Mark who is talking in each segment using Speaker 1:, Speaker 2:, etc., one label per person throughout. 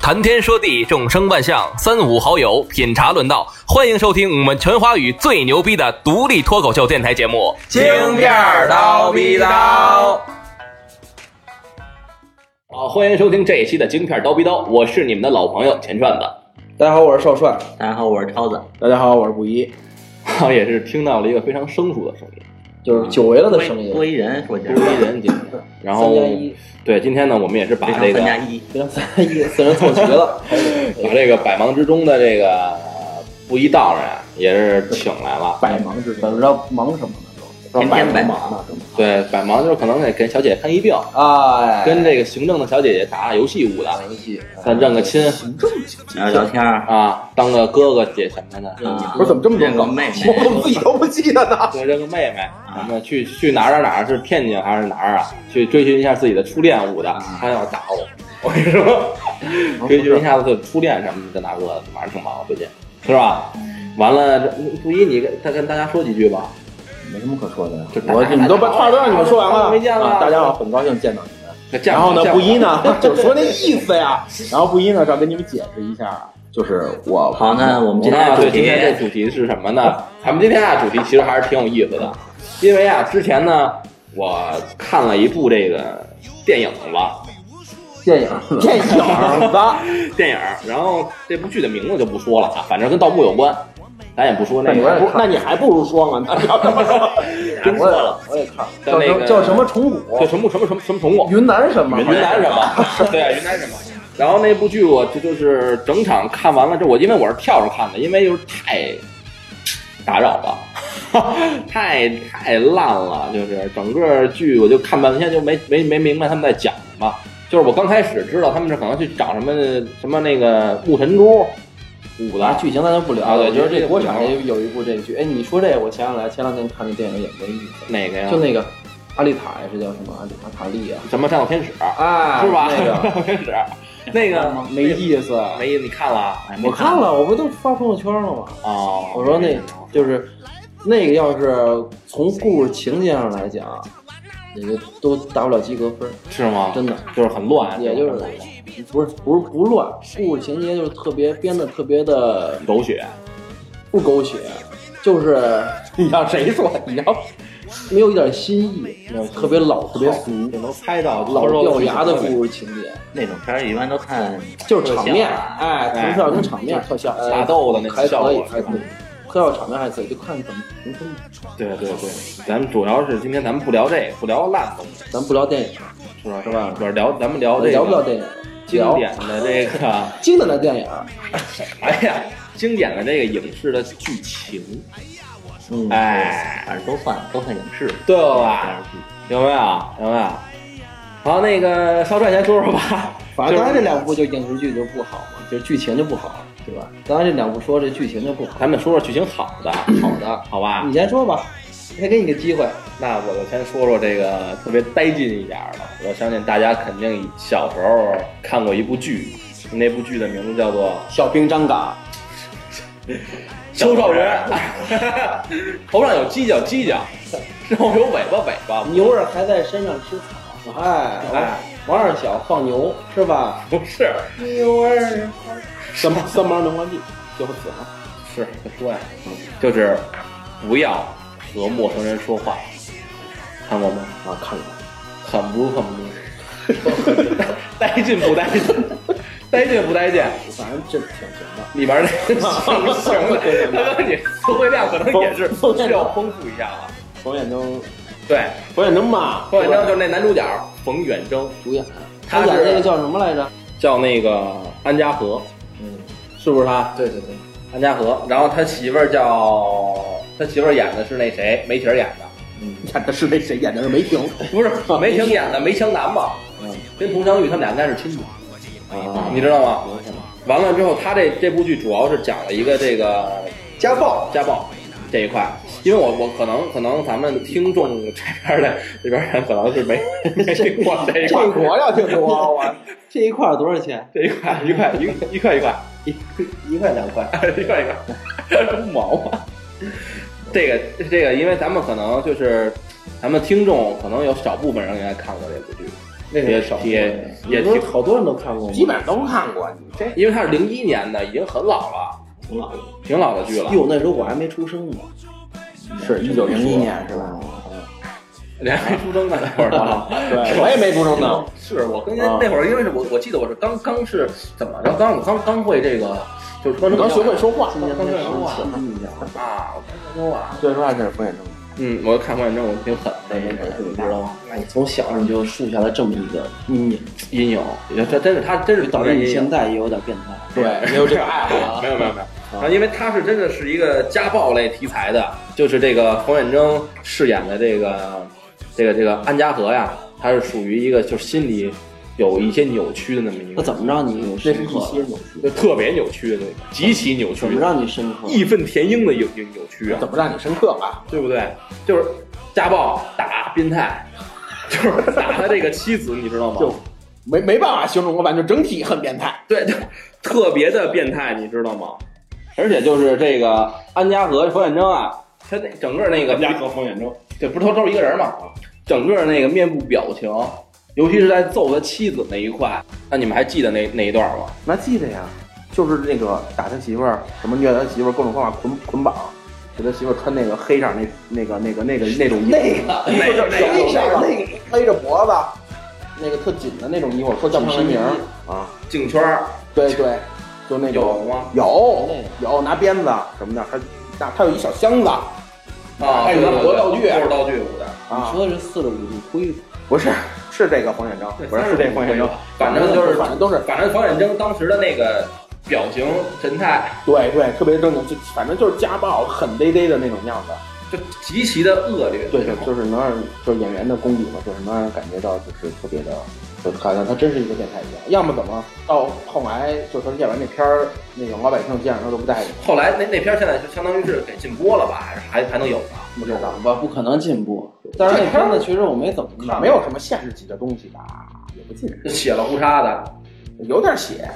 Speaker 1: 谈天说地，众生万象，三五好友品茶论道，欢迎收听我们全华语最牛逼的独立脱口秀电台节目。
Speaker 2: 京片儿刀逼刀。
Speaker 1: 好，欢迎收听这一期的京片儿刀逼刀，我是你们的老朋友钱串子。
Speaker 2: 大家好，我是少帅。
Speaker 3: 大家好，我是超子，
Speaker 2: 大家好，我是布衣。
Speaker 1: 我也是听到了一个非常生疏的声音，
Speaker 2: 就是久违了的声
Speaker 3: 多
Speaker 2: 音，
Speaker 3: 一人说起来
Speaker 1: 不，是一人今天。然后
Speaker 2: 三加一，
Speaker 1: 对，今天呢，我们也是把
Speaker 3: 非常
Speaker 1: 这个
Speaker 3: 三加一，
Speaker 2: 非常三加一，四人凑齐了。
Speaker 1: 把这个百忙之中的这个布衣道人啊，也是请来了。
Speaker 2: 百忙之中，不知道忙什么呢？都
Speaker 3: 天天百
Speaker 2: 忙
Speaker 3: 忙
Speaker 2: 呢，是吗？
Speaker 1: 对，百忙就是可能得给小姐姐看医病，
Speaker 2: 哎，
Speaker 1: 跟这个行政的小姐姐打打游戏舞
Speaker 2: 打
Speaker 1: 的，
Speaker 2: 游戏，
Speaker 1: 再认个亲
Speaker 3: 聊聊天儿，
Speaker 1: 啊，当个哥哥姐什么的，
Speaker 3: 啊
Speaker 2: 不是怎么这么多
Speaker 3: 认个
Speaker 2: 梗？
Speaker 3: 妹妹，
Speaker 2: 我怎么自己都不记得呢？
Speaker 1: 对，认个妹妹，什么去去哪儿哪儿哪儿是天津还是哪儿啊？去追寻一下自己的初恋舞的，他要打我，我跟你说，追寻一下自己初恋什么的，这大哥晚上挺忙最近，是吧？完了，这不一你跟再跟大家说几句吧。
Speaker 2: 没什么可说的呀
Speaker 1: 就大家
Speaker 2: 我你们都把话都让你们说完了，
Speaker 1: 没见了
Speaker 2: 啊大家好，很高兴见到你们。
Speaker 1: 这见
Speaker 2: 然后
Speaker 1: 过，
Speaker 2: 呢
Speaker 1: 见
Speaker 2: 布
Speaker 1: 过
Speaker 2: 衣呢， 就是说那意思呀。然后布衣呢，是要跟你们解释一下，就是我
Speaker 3: 好，那我们今天
Speaker 1: 啊，
Speaker 3: 的
Speaker 1: 对，
Speaker 3: 主
Speaker 1: 今
Speaker 3: 题哎
Speaker 1: 天这主题是什么呢？咱们今天啊，主题其实还是挺有意思的，因为啊，之前呢，我看了一部这个电影子，
Speaker 2: 电影，电影 子，
Speaker 1: 电影，然后这部剧的名字就不说了啊，反正跟盗墓有关，咱也不说那
Speaker 2: 那你还
Speaker 1: 个
Speaker 2: 不，那你还不如说呢，那要这么说，
Speaker 1: 真说了，
Speaker 2: 我也看了，
Speaker 1: 叫那个
Speaker 4: 叫什么虫谷？
Speaker 1: 叫什么什么什么什么宠物，
Speaker 4: 云南什么？
Speaker 1: 云南什么？ 对啊，云南什么？然后那部剧我这就是整场看完了，这我因为我是跳着看的，因为就是太打扰了， 太太烂了，就是整个剧我就看半天就没没没明白他们在讲什么。就是我刚开始知道他们是可能去找什么什么那个木尘珠舞的
Speaker 2: 啊，，剧情咱就不聊
Speaker 1: 啊对
Speaker 2: 了。我觉得
Speaker 1: 这
Speaker 2: 这
Speaker 1: 个
Speaker 2: 国
Speaker 1: 不
Speaker 2: 产
Speaker 1: 聊
Speaker 2: 也有一部这个剧，哎，你说这，我想起来前两天看那电影也没意思，
Speaker 1: 哪个呀
Speaker 2: 就？那个阿丽塔还是叫什么阿丽阿塔丽啊？
Speaker 1: 什么战斗天使，
Speaker 2: 啊，
Speaker 1: 是吧？
Speaker 2: 那
Speaker 1: 战
Speaker 2: 个
Speaker 1: 斗天使，那个
Speaker 2: 没意思。
Speaker 1: 没意思，你看了啊？
Speaker 3: 哎没
Speaker 2: 我看了，我不都发朋友圈了吗？
Speaker 1: 哦，
Speaker 2: 我说那就是那个，要是从故事情节上来讲，也就都达不了及格分儿，
Speaker 1: 是吗？
Speaker 2: 真的。
Speaker 1: 就是很乱，
Speaker 2: 也就是不是不是不乱，故事情节就是特别编的特别的
Speaker 1: 狗 血。
Speaker 2: 不狗血，就是
Speaker 1: 你让谁说？你让
Speaker 2: 没有一点新意，特别老特别俗，
Speaker 1: 我能猜到
Speaker 2: 老掉牙的故事情节，
Speaker 3: 那种片儿，一般都看
Speaker 2: 就是场面，
Speaker 3: 特
Speaker 2: 哎，
Speaker 1: 哎
Speaker 2: 特效跟场面特效，哎
Speaker 1: 打斗的那个
Speaker 2: 还
Speaker 1: 效
Speaker 2: 可以，
Speaker 1: 果
Speaker 2: 还可以，特效场面还可以，就看怎么评分吧。
Speaker 1: 对对对，咱们主要是今天咱们不聊这，不聊烂东西，
Speaker 2: 咱不聊电影，
Speaker 1: 是吧？
Speaker 2: 是吧
Speaker 1: 不是聊，咱们聊这个哎
Speaker 2: 聊不聊电影？
Speaker 1: 啊经
Speaker 2: 聊
Speaker 1: 典的这个，
Speaker 2: 经典的电影，啊
Speaker 1: 哎呀，经典的这个影视的剧情，
Speaker 3: 嗯，
Speaker 1: 哎
Speaker 3: 反正都算都算影视，啊
Speaker 1: 对
Speaker 3: 电
Speaker 1: 吧？
Speaker 3: 视剧
Speaker 1: 有没有？有没有？好，那个少帅先说说吧。
Speaker 2: 反正刚才这两部就影视剧就不好嘛，就是剧情就不好，对吧？刚才这两部说这剧情就不好，
Speaker 1: 咱们说说剧情好的，
Speaker 2: 好的，
Speaker 1: 好吧
Speaker 2: 你？先说吧，先给你个机会。
Speaker 1: 那我就先说说这个特别带劲一点儿的。我相信大家肯定小时候看过一部剧，那部剧的名字叫做
Speaker 2: 小兵张嘎，
Speaker 1: 《邱少云》， 头上有犄角犄角，后有尾巴尾巴，
Speaker 2: 牛儿还在山上吃草，哎，
Speaker 1: 哎
Speaker 2: 王二小放牛是吧？
Speaker 1: 不是
Speaker 2: 牛儿什么三毛牛丸币就死了，
Speaker 1: 是说呀，就是不要和陌生人说话，看过吗？
Speaker 2: 啊，看了，
Speaker 1: 很不很不，带劲不带劲？带劲不带劲？
Speaker 2: 反正这挺行的。
Speaker 1: 里边儿那个行行的，他说你词汇量可能也是需要丰富一下了。
Speaker 2: 冯远征，
Speaker 1: 对，
Speaker 2: 冯远征嘛，
Speaker 1: 冯远征就是那男主角冯远征，
Speaker 2: 主演，
Speaker 1: 他
Speaker 2: 他演
Speaker 1: 是
Speaker 2: 那个叫什么来着？
Speaker 1: 叫那个安家和，
Speaker 2: 嗯，
Speaker 1: 是不是他？
Speaker 2: 对对对，
Speaker 1: 安家和，然后他媳妇儿叫他媳妇儿演的是那谁，梅婷儿演的，
Speaker 2: 演的是那谁演的是梅 婷，
Speaker 1: 不是梅婷演的梅强南嘛？嗯，跟佟湘玉他们俩应该是亲戚，
Speaker 2: 啊
Speaker 1: 你知道吗？完了之后，他这这部剧主要是讲了一个这个家暴家暴这一块，因为我我可能可能咱们听众这边的这边人可能是 没没听过这一
Speaker 2: 这
Speaker 1: 块
Speaker 2: 一国料挺多啊，我 这一块儿多少钱？
Speaker 1: 这一块一块一块一块一块 一
Speaker 2: 一块两块，
Speaker 1: 一块一块，毛啊！这个这个，因为咱们可能就是咱们听众可能有少部分人应该看过这部剧，
Speaker 2: 那个
Speaker 1: 也
Speaker 2: 少数
Speaker 1: 也也
Speaker 2: 你不是
Speaker 1: 挺，
Speaker 2: 好多人都看过吗？
Speaker 5: 基本上都看过。你这
Speaker 1: 因为它是零一年的，已经很老了，
Speaker 3: 挺老的，
Speaker 1: 挺老的剧了。
Speaker 2: 哟，那时候我还没出生呢。
Speaker 5: 是一九零一年是吧？
Speaker 3: 嗯
Speaker 1: 连还出生呢那 会儿呢，
Speaker 5: 对，我也没出 生呢。
Speaker 1: 是我跟那会儿，因为是我我记得我是刚刚是怎么着，刚刚刚会这个，就是刚
Speaker 5: 刚学会说话，
Speaker 1: 刚刚学会 说话
Speaker 2: 嗯
Speaker 1: 啊，我刚说啊，
Speaker 5: 对，说话就是不认真。
Speaker 1: 嗯，我看黄远征我挺狠的，应该
Speaker 2: 你知道吗？那你从小你就树下了这么一个阴影，
Speaker 1: 阴影，他真是他真是
Speaker 2: 导
Speaker 1: 致
Speaker 2: 致你现在也有点变态。
Speaker 5: 对，没有这个爱好啊。
Speaker 1: 嗯没有没有没有。啊，因为他是真的是一个家暴类题材的，就是这个黄远征饰演的这个这个这个安家和呀，他是属于一个就是心理有一些扭曲的那么一
Speaker 2: 那
Speaker 1: 个，
Speaker 2: 怎么让你
Speaker 5: 这是
Speaker 2: 深
Speaker 5: 一
Speaker 2: 刻？
Speaker 5: 些扭曲。
Speaker 1: 就特别扭曲的那个，极其扭曲
Speaker 2: 怎么
Speaker 1: 的，
Speaker 2: 让你深刻？
Speaker 1: 义愤填膺的扭扭扭曲啊，
Speaker 5: 怎么让你深刻吧？
Speaker 1: 对不对？就是家暴打变态， 就是打他这个妻子，你知道吗？
Speaker 5: 就没没办法形容我，反正整体很变态。
Speaker 1: 对，就特别的变态，你知道吗？而且就是这个安家和冯远征啊，他那整个那个
Speaker 5: 和风眼中，
Speaker 1: 这不是都都是一个人嘛，整个那个面部表情，尤其是在揍他妻子那一块，那你们还记得那那一段吗？
Speaker 5: 那记得呀，就是那个打他媳妇儿，什么虐他媳妇儿，各种方法捆捆绑，给他媳妇儿穿那个黑色那那个那个那个那种衣服，
Speaker 2: 那个
Speaker 1: 那个那
Speaker 5: 黑色
Speaker 1: 个
Speaker 5: 那个勒着脖子，那个特紧的那种衣服，说叫不上名儿啊。
Speaker 1: 颈圈儿
Speaker 5: 对对，就那
Speaker 1: 有
Speaker 5: 种
Speaker 1: 吗？
Speaker 5: 有
Speaker 2: 那个
Speaker 5: 有拿鞭子什么的，还那他有一小箱子
Speaker 1: 啊，
Speaker 5: 还有很多道具
Speaker 1: 都是道具舞的，
Speaker 2: 你
Speaker 5: 啊，
Speaker 2: 说是四十五度灰，
Speaker 5: 不是是这个黄远征，不是是这黄远征，
Speaker 1: 反正就是
Speaker 5: 反正都是
Speaker 1: 反正冯远征当时的那个表情神态，
Speaker 5: 对对，特别正经，就反正就是家暴狠呆呆的那种样子。
Speaker 1: 就极其的恶劣，
Speaker 5: 对
Speaker 1: 吗，
Speaker 5: 就是能让就是演员的功底嘛，就是能让人感觉到就是特别的，就是好像他真是一个变态一样。要么怎么到后来就说演完那片儿，那个老百姓见着他都不待见，
Speaker 1: 后来那那片儿现在就相当于是给禁播了吧，还是还还能有呢？
Speaker 5: 不知道
Speaker 2: 我不可能进步。但是那片子其实我没怎么看，
Speaker 5: 没有什么现实级的东西吧，也不尽
Speaker 1: 就血了胡杀的，
Speaker 5: 然，有点血，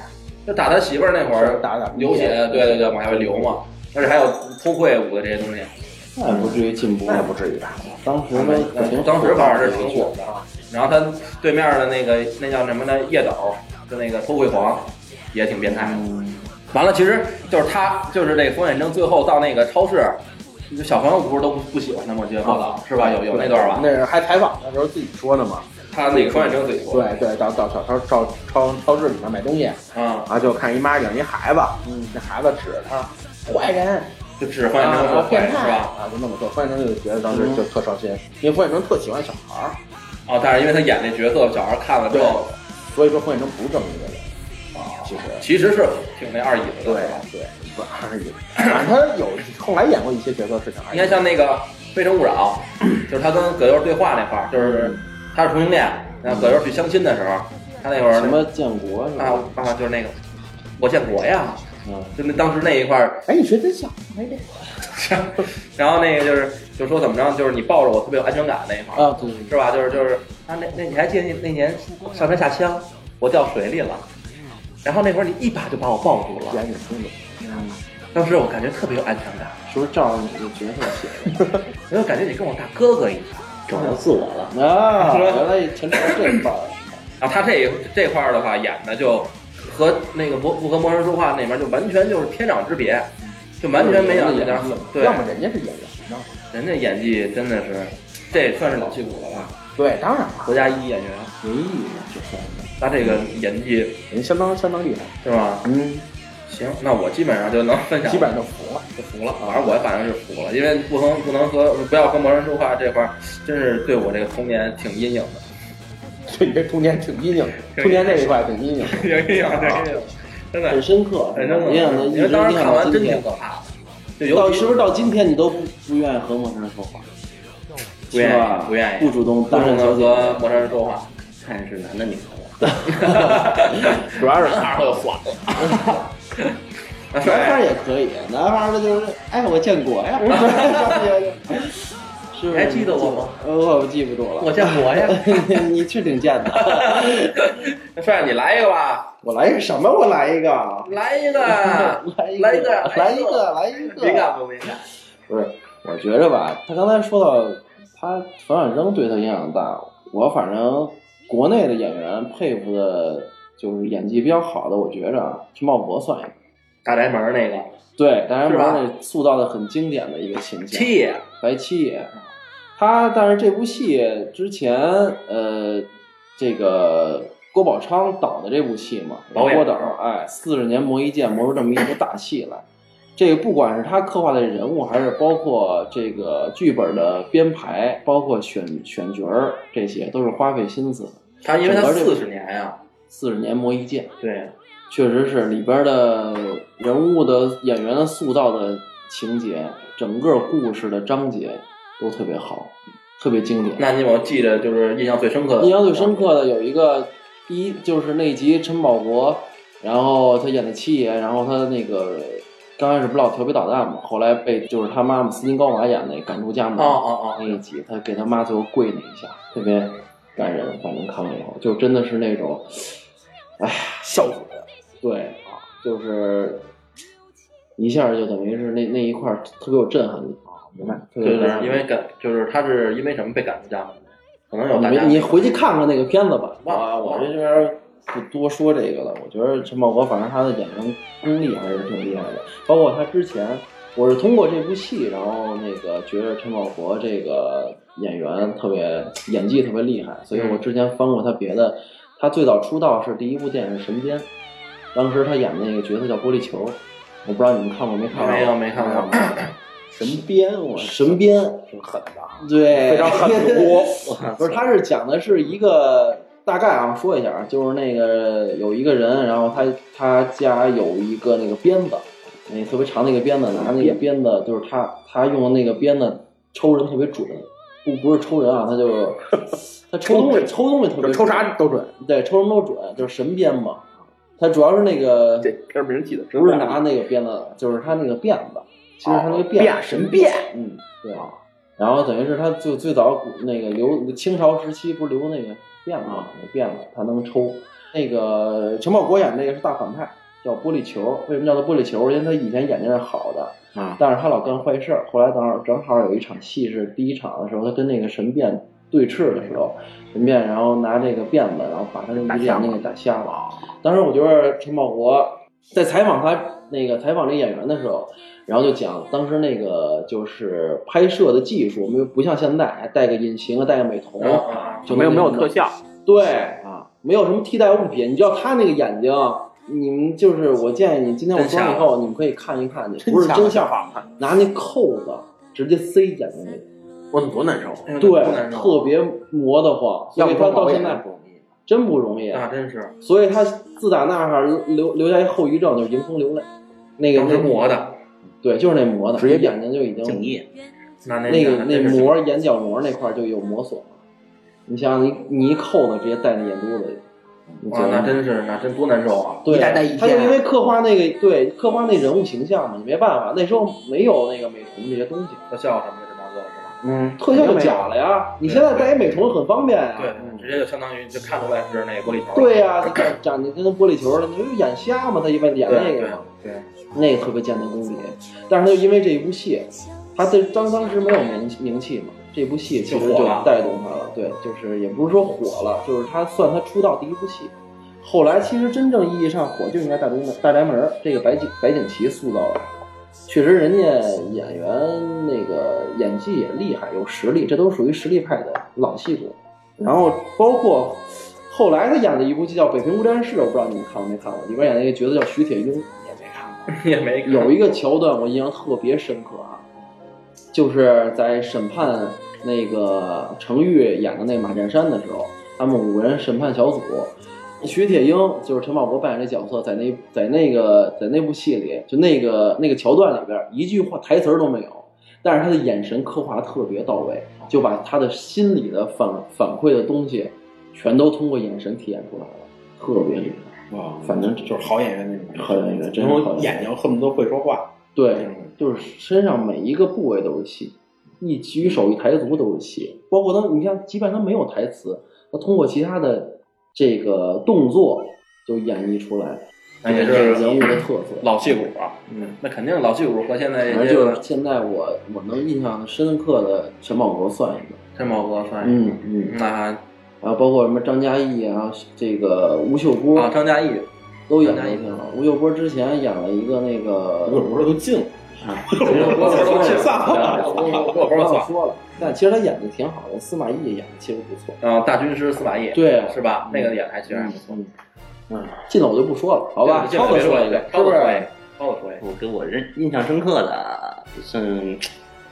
Speaker 1: 就打他媳妇儿那会儿
Speaker 5: 是打打
Speaker 1: 流血，对对对，往下流嘛，而且还有偷窥舞的这些东西。
Speaker 2: 那也不至于进步
Speaker 5: 那。也不至于吧。
Speaker 2: 当时
Speaker 1: 嗯
Speaker 2: 呢，
Speaker 1: 当时反正是挺火的啊。然后他对面的那个那叫什么呢？叶斗跟那个偷窥狂也挺变态的。
Speaker 5: 嗯
Speaker 1: 完了，其实就是他，就是这个冯远征最后到那个超市，就小朋友不是都不不喜欢他吗？我记得报
Speaker 5: 啊
Speaker 1: 道是吧？有有那段吧？
Speaker 5: 那是还采访的时候自己说的嘛。
Speaker 1: 他那个冯远征自己说的，
Speaker 5: 对对，到到小超超超超市里面买东西，
Speaker 1: 啊，
Speaker 5: 然后就看一妈养一孩子，嗯，那孩子指着他坏人，
Speaker 1: 就指着冯远征说
Speaker 5: 啊
Speaker 1: 坏
Speaker 5: 变
Speaker 1: 是
Speaker 5: 态
Speaker 1: 吧？
Speaker 5: 啊，就那么说。范丞丞就觉得当
Speaker 2: 嗯
Speaker 5: 时就特伤心，因为范丞丞特喜欢小孩儿，
Speaker 1: 哦，但是因为他演那角色，小孩看了之后，
Speaker 5: 所以说范丞丞不是正义的人啊，其实
Speaker 1: 其实是挺那二椅子的，
Speaker 5: 对
Speaker 1: 是吧
Speaker 5: 对，不是而已。反正他有后来演过一些角色是挺二
Speaker 1: 你看
Speaker 5: 义，
Speaker 1: 像那个《非诚勿扰》，就是他跟葛优对话那块儿，就是
Speaker 2: 嗯
Speaker 1: 他是同性恋，然后葛优去相亲的时候，他那会儿
Speaker 2: 什么建国是
Speaker 1: 啊
Speaker 2: 吧？
Speaker 1: 啊，就是那个我建国呀，
Speaker 2: 嗯，
Speaker 1: 就那当时那一块儿，
Speaker 5: 哎，你学真像，哎这
Speaker 1: 然后那个就是就说怎么着，就是你抱着我特别有安全感那一
Speaker 5: 哎
Speaker 1: 块儿，
Speaker 2: 啊对，
Speaker 1: 是吧？就是就是啊，那那你还记得那那年上山下乡，我掉水里了，
Speaker 2: 嗯
Speaker 1: 然后那会儿你一把就把我抱住了，
Speaker 5: 演挺清楚。
Speaker 1: 当时我感觉特别有安全感，
Speaker 2: 是不是照着你的角色写
Speaker 1: 我就感觉你跟我大哥哥一样。
Speaker 2: 找到自我
Speaker 5: 嗯
Speaker 2: 了 啊？原来全照这一块儿，
Speaker 1: 然后他这这块儿的话演的就和那个不不和魔人说话那边就完全就是天壤之别，就完全没有那点对
Speaker 5: 嗯要，么人家是演员呢，
Speaker 1: 人家演技真的是，这算是老戏骨了吧？
Speaker 5: 对，当然了，
Speaker 1: 国家一演员，
Speaker 2: 没意义，这算是
Speaker 1: 他这个演技
Speaker 5: 人相当相当厉害，
Speaker 1: 是吧？
Speaker 5: 嗯，
Speaker 1: 行，那我基本上就能分享，
Speaker 5: 基本上就服了。
Speaker 1: 就服了。反正我反正是服了，因为不能不能和不要和魔人说话这块儿，真是对我这个童年挺阴影的，
Speaker 5: 对，你这中间挺阴影，中间这一块 挺阴影。
Speaker 1: 挺阴影， 挺阴影，啊哎真的
Speaker 2: 很深刻，
Speaker 1: 很正
Speaker 2: 你让他一
Speaker 1: 因
Speaker 2: 直
Speaker 1: 为当时
Speaker 2: 念
Speaker 1: 看
Speaker 2: 到
Speaker 1: 完
Speaker 2: 今
Speaker 1: 真挺
Speaker 2: 天。
Speaker 1: 可怕的，就
Speaker 2: 到
Speaker 1: 尤其
Speaker 2: 是不是到今天你都不不愿意和陌生人说话？
Speaker 1: 不愿意
Speaker 2: 是吧
Speaker 1: 不愿意
Speaker 2: 不主动
Speaker 1: 啊不
Speaker 2: 搭
Speaker 1: 能
Speaker 2: 讪小姐
Speaker 1: 和
Speaker 2: 姐。
Speaker 1: 陌生人说话。
Speaker 3: 看是男的女的，
Speaker 1: 主要是二又算了。 那说
Speaker 2: 男
Speaker 1: 哎
Speaker 2: 孩儿也可以，男孩儿的就是哎，我建国 呀，是不是？
Speaker 1: 还记得我吗？
Speaker 2: 呃，我记不住了。
Speaker 1: 我建国呀
Speaker 2: 你是挺贱的。
Speaker 1: 那帅，你来一个吧，
Speaker 5: 我来一个什么？我来一个，
Speaker 1: 来一个，
Speaker 2: 来一个，
Speaker 1: 一个，
Speaker 2: 来一个，，来一
Speaker 1: 敏
Speaker 2: 个。
Speaker 1: 感不敏感？
Speaker 2: 不是，我觉着吧，他刚才说到他冯远征对他影响大，我反正国内的演员佩服的，就是演技比较好的，我觉着啊，陈茂博算一个。
Speaker 1: 大宅门那个
Speaker 2: 对，当然
Speaker 1: 是吧
Speaker 2: 把那塑造的很经典的一个形象。
Speaker 1: 七爷，
Speaker 2: 白七爷，啊他但是这部戏之前，呃，这个郭宝昌导的这部戏嘛，
Speaker 1: 导演
Speaker 2: 郭导，哎，四十年磨一剑，磨出这么一部大戏来。这个不管是他刻画的人物，还是包括这个剧本的编排，包括选选角儿，这些都是花费心思的。
Speaker 1: 他因为他
Speaker 2: 整个这
Speaker 1: 四十年呀，
Speaker 2: 四十年磨一剑，
Speaker 1: 对，
Speaker 2: 确实是里边的人物的演员的塑造的情节，整个故事的章节都特别好，特别经典。
Speaker 1: 那你有没有记得就是印象最深刻的？
Speaker 2: 印象最深刻的有一个，第一就是那集陈宝国，然后他演的七爷，然后他那个刚开始不老调皮捣蛋嘛，后来被就是他妈妈斯金高娃演的赶出家门
Speaker 1: 哦哦
Speaker 2: 那一集，他给他妈最后跪那一下，特别感人。反正看了以后，就真的是那种，哎呀，
Speaker 6: 笑死了。
Speaker 2: 对啊，就是一下就等于是那那一块儿特别有震撼力啊，明白？特
Speaker 1: 哦，
Speaker 2: 别
Speaker 1: 就
Speaker 2: 有震
Speaker 1: 是
Speaker 2: 撼力
Speaker 1: 因为赶，就是他是因为什么被赶出家门的？可能有
Speaker 2: 你
Speaker 1: 大
Speaker 2: 没
Speaker 1: 家
Speaker 2: 你回去看看那个片子吧。
Speaker 1: 忘了
Speaker 2: 我啊我这边不多说这个了。我觉得陈宝国反正他的演员功力还是挺厉害的，包括他之前，我是通过这部戏，然后那个觉得陈宝国这个演员特别演技特别厉害，所以我之前翻过他别的。他最早出道是第一部电影是《神鞭》，当时他演的那个角色叫玻璃球，我不知道你们看过没看过？
Speaker 1: 没有没看过。
Speaker 3: 神鞭，我
Speaker 2: 神鞭，
Speaker 3: 挺狠的，
Speaker 2: 对，
Speaker 5: 哎
Speaker 6: 非常狠 毒，
Speaker 2: 不是，他是讲的是一个大概啊，说一下啊，就是那个有一个人，然后他他家有一个那个鞭子，那特别长的一个鞭子，拿那个鞭子就是他他用的那个鞭子抽人特别准，不不是抽人啊，他就是 他抽东西抽东西特别
Speaker 6: 就
Speaker 2: 准
Speaker 6: 抽啥都准。
Speaker 2: 对抽什么都准，就是神鞭嘛。他主要是那个
Speaker 6: 这片名记得真
Speaker 2: 不是拿那个鞭子，就是他那个辫子，其实他那个哦辫子、
Speaker 6: 变神变，
Speaker 2: 嗯，对。然后等于是他就最早古那个留清朝时期不是留那个辫子吗？那辫子他能抽。那个陈宝国演那个是大反派，叫玻璃球。为什么叫他玻璃球？因为他以前眼睛是好的，
Speaker 6: 啊，
Speaker 2: 但是他老干坏事儿。后来正好正好有一场戏是第一场的时候，他跟那个神变对峙的时候，神变然后拿这个辫子，然后把他那个眼睛给打瞎了。当时我觉得陈宝国在采访他那个采访这演员的时候，然后就讲当时那个就是拍摄的技术，没有不像现在还戴个隐形啊，戴个美瞳，
Speaker 1: 嗯嗯嗯
Speaker 2: 就
Speaker 6: 没有没有
Speaker 2: 那种
Speaker 6: 特效，
Speaker 2: 对啊，没有什么替代物品。你知道他那个眼睛，你们就是我建议你今天我说完以后，你们可以看一看去，不是真相，
Speaker 6: 法吗？
Speaker 2: 拿那扣子直接塞眼睛里，
Speaker 6: 我多难受。
Speaker 1: 哎呦
Speaker 2: 对
Speaker 1: 那难，受
Speaker 2: 特别磨得慌，所以他到现在
Speaker 6: 不容易。
Speaker 2: 真不容易。
Speaker 1: 啊，真是，
Speaker 2: 所以他自打那哈留留下一后遗症，就是迎风流泪。那个
Speaker 1: 当时磨，的，
Speaker 2: 对，就是那磨的，
Speaker 6: 职业病
Speaker 2: 眼睛就已经
Speaker 3: 敬业，
Speaker 1: 那那
Speaker 2: 那个那
Speaker 1: 真是啊
Speaker 2: 膜眼角膜那块儿就有磨损了。你想想，你你一扣子直接戴那眼珠子里，你觉
Speaker 1: 哇，
Speaker 2: 得
Speaker 1: 那真是那真多难受啊！
Speaker 2: 对
Speaker 6: 一代代一，
Speaker 2: 他就
Speaker 6: 天
Speaker 2: 因为刻画那个对刻画那人物形象嘛，你没办法，那时候没有那个美瞳这些东西，
Speaker 1: 特效什么的，这那个是吧？
Speaker 6: 嗯，
Speaker 2: 特效就假了呀。你现在戴一美瞳很方便呀。
Speaker 1: 对，直接就相当于就看出来是那个玻璃头。
Speaker 2: 嗯对呀，你长长得跟玻璃球似的，你就眼瞎嘛，他一般演
Speaker 1: 对
Speaker 2: 那个
Speaker 1: 对
Speaker 2: 嘛。
Speaker 1: 对，
Speaker 2: 那个特别见他功底，但是他就因为这一部戏，他对当当时没有名名气嘛，这部戏其实就啊带动他了。对，就是也不是说火了，就是他算他出道第一部戏。后来其实真正意义上火就应该大宅门大宅门这个白景白景琦塑造的，确实人家演员那个演技也厉害，有实力，这都属于实力派的老戏骨。然后包括后来他演的一部戏叫《北平无战事》，我不知道你们看过没看过，里边演的一个角色叫徐铁英。
Speaker 3: 也没看过。
Speaker 1: 也没看
Speaker 2: 有一个桥段我印象特别深刻啊，就是在审判那个程昱演的那马占山的时候，他们五个人审判小组，徐铁英就是陈宝国扮演这角色，在那在那个在那部戏里，就那个那个桥段里边，一句话台词儿都没有，但是他的眼神刻画得特别到位，就把他的心里的反反馈的东西，全都通过眼神体现出来了，特别厉害。
Speaker 6: 哇，
Speaker 2: 反正
Speaker 6: 就是好演员那种，
Speaker 2: 啊好演员真是
Speaker 6: 然
Speaker 2: 好
Speaker 6: 后
Speaker 2: 演员哎
Speaker 6: 眼睛恨不得会说话。
Speaker 2: 对，就是身上每一个部位都是戏，一举手一抬足都是戏，包括他，你看，即便他没有台词，他通过其他的这个动作就演绎出来，
Speaker 1: 那也
Speaker 2: 这
Speaker 1: 是
Speaker 2: 个人物的特色。
Speaker 1: 老戏骨啊，
Speaker 2: 嗯，
Speaker 1: 那肯定老戏骨和现在
Speaker 2: 反
Speaker 1: 这
Speaker 2: 正就
Speaker 1: 个
Speaker 2: 是现在我我能印象深刻的陈宝国算一个，
Speaker 1: 陈宝国算是，
Speaker 2: 嗯嗯，
Speaker 1: 那
Speaker 2: 然后包括什么张嘉译啊，这个吴秀波、
Speaker 6: 啊，张嘉译，
Speaker 2: 都演的挺好。吴秀波之前演了一个那个，
Speaker 5: 我我都进了，
Speaker 2: 啊，
Speaker 5: 我我我我
Speaker 2: 我
Speaker 5: 操！
Speaker 2: 我忘了说了，但其实他演的挺好的，司马懿演的其实不错。
Speaker 1: 呃
Speaker 6: 啊，大军师司马懿，
Speaker 2: 对啊
Speaker 6: 是吧？那个演的还其实还不错，
Speaker 2: 嗯，嗯，进了我就不说了，好吧？
Speaker 6: 对
Speaker 2: 超哥说
Speaker 6: 对
Speaker 2: 一个，是不
Speaker 6: 超哥说一
Speaker 2: 是？
Speaker 6: 个，超哥说一个，
Speaker 3: 我给我认印象深刻的啊，嗯，《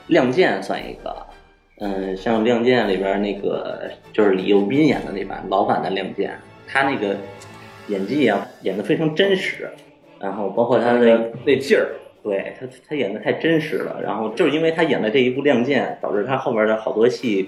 Speaker 3: 亮剑》算一个，嗯，像《亮剑》里边那个就是李幼斌演的那版老版的《亮剑》，他那个演技啊演的非常真实，然后包括他
Speaker 6: 那
Speaker 3: 的
Speaker 6: 个那劲儿，
Speaker 3: 对他他演的太真实了，然后就是因为他演的这一部《亮剑》，导致他后边的好多戏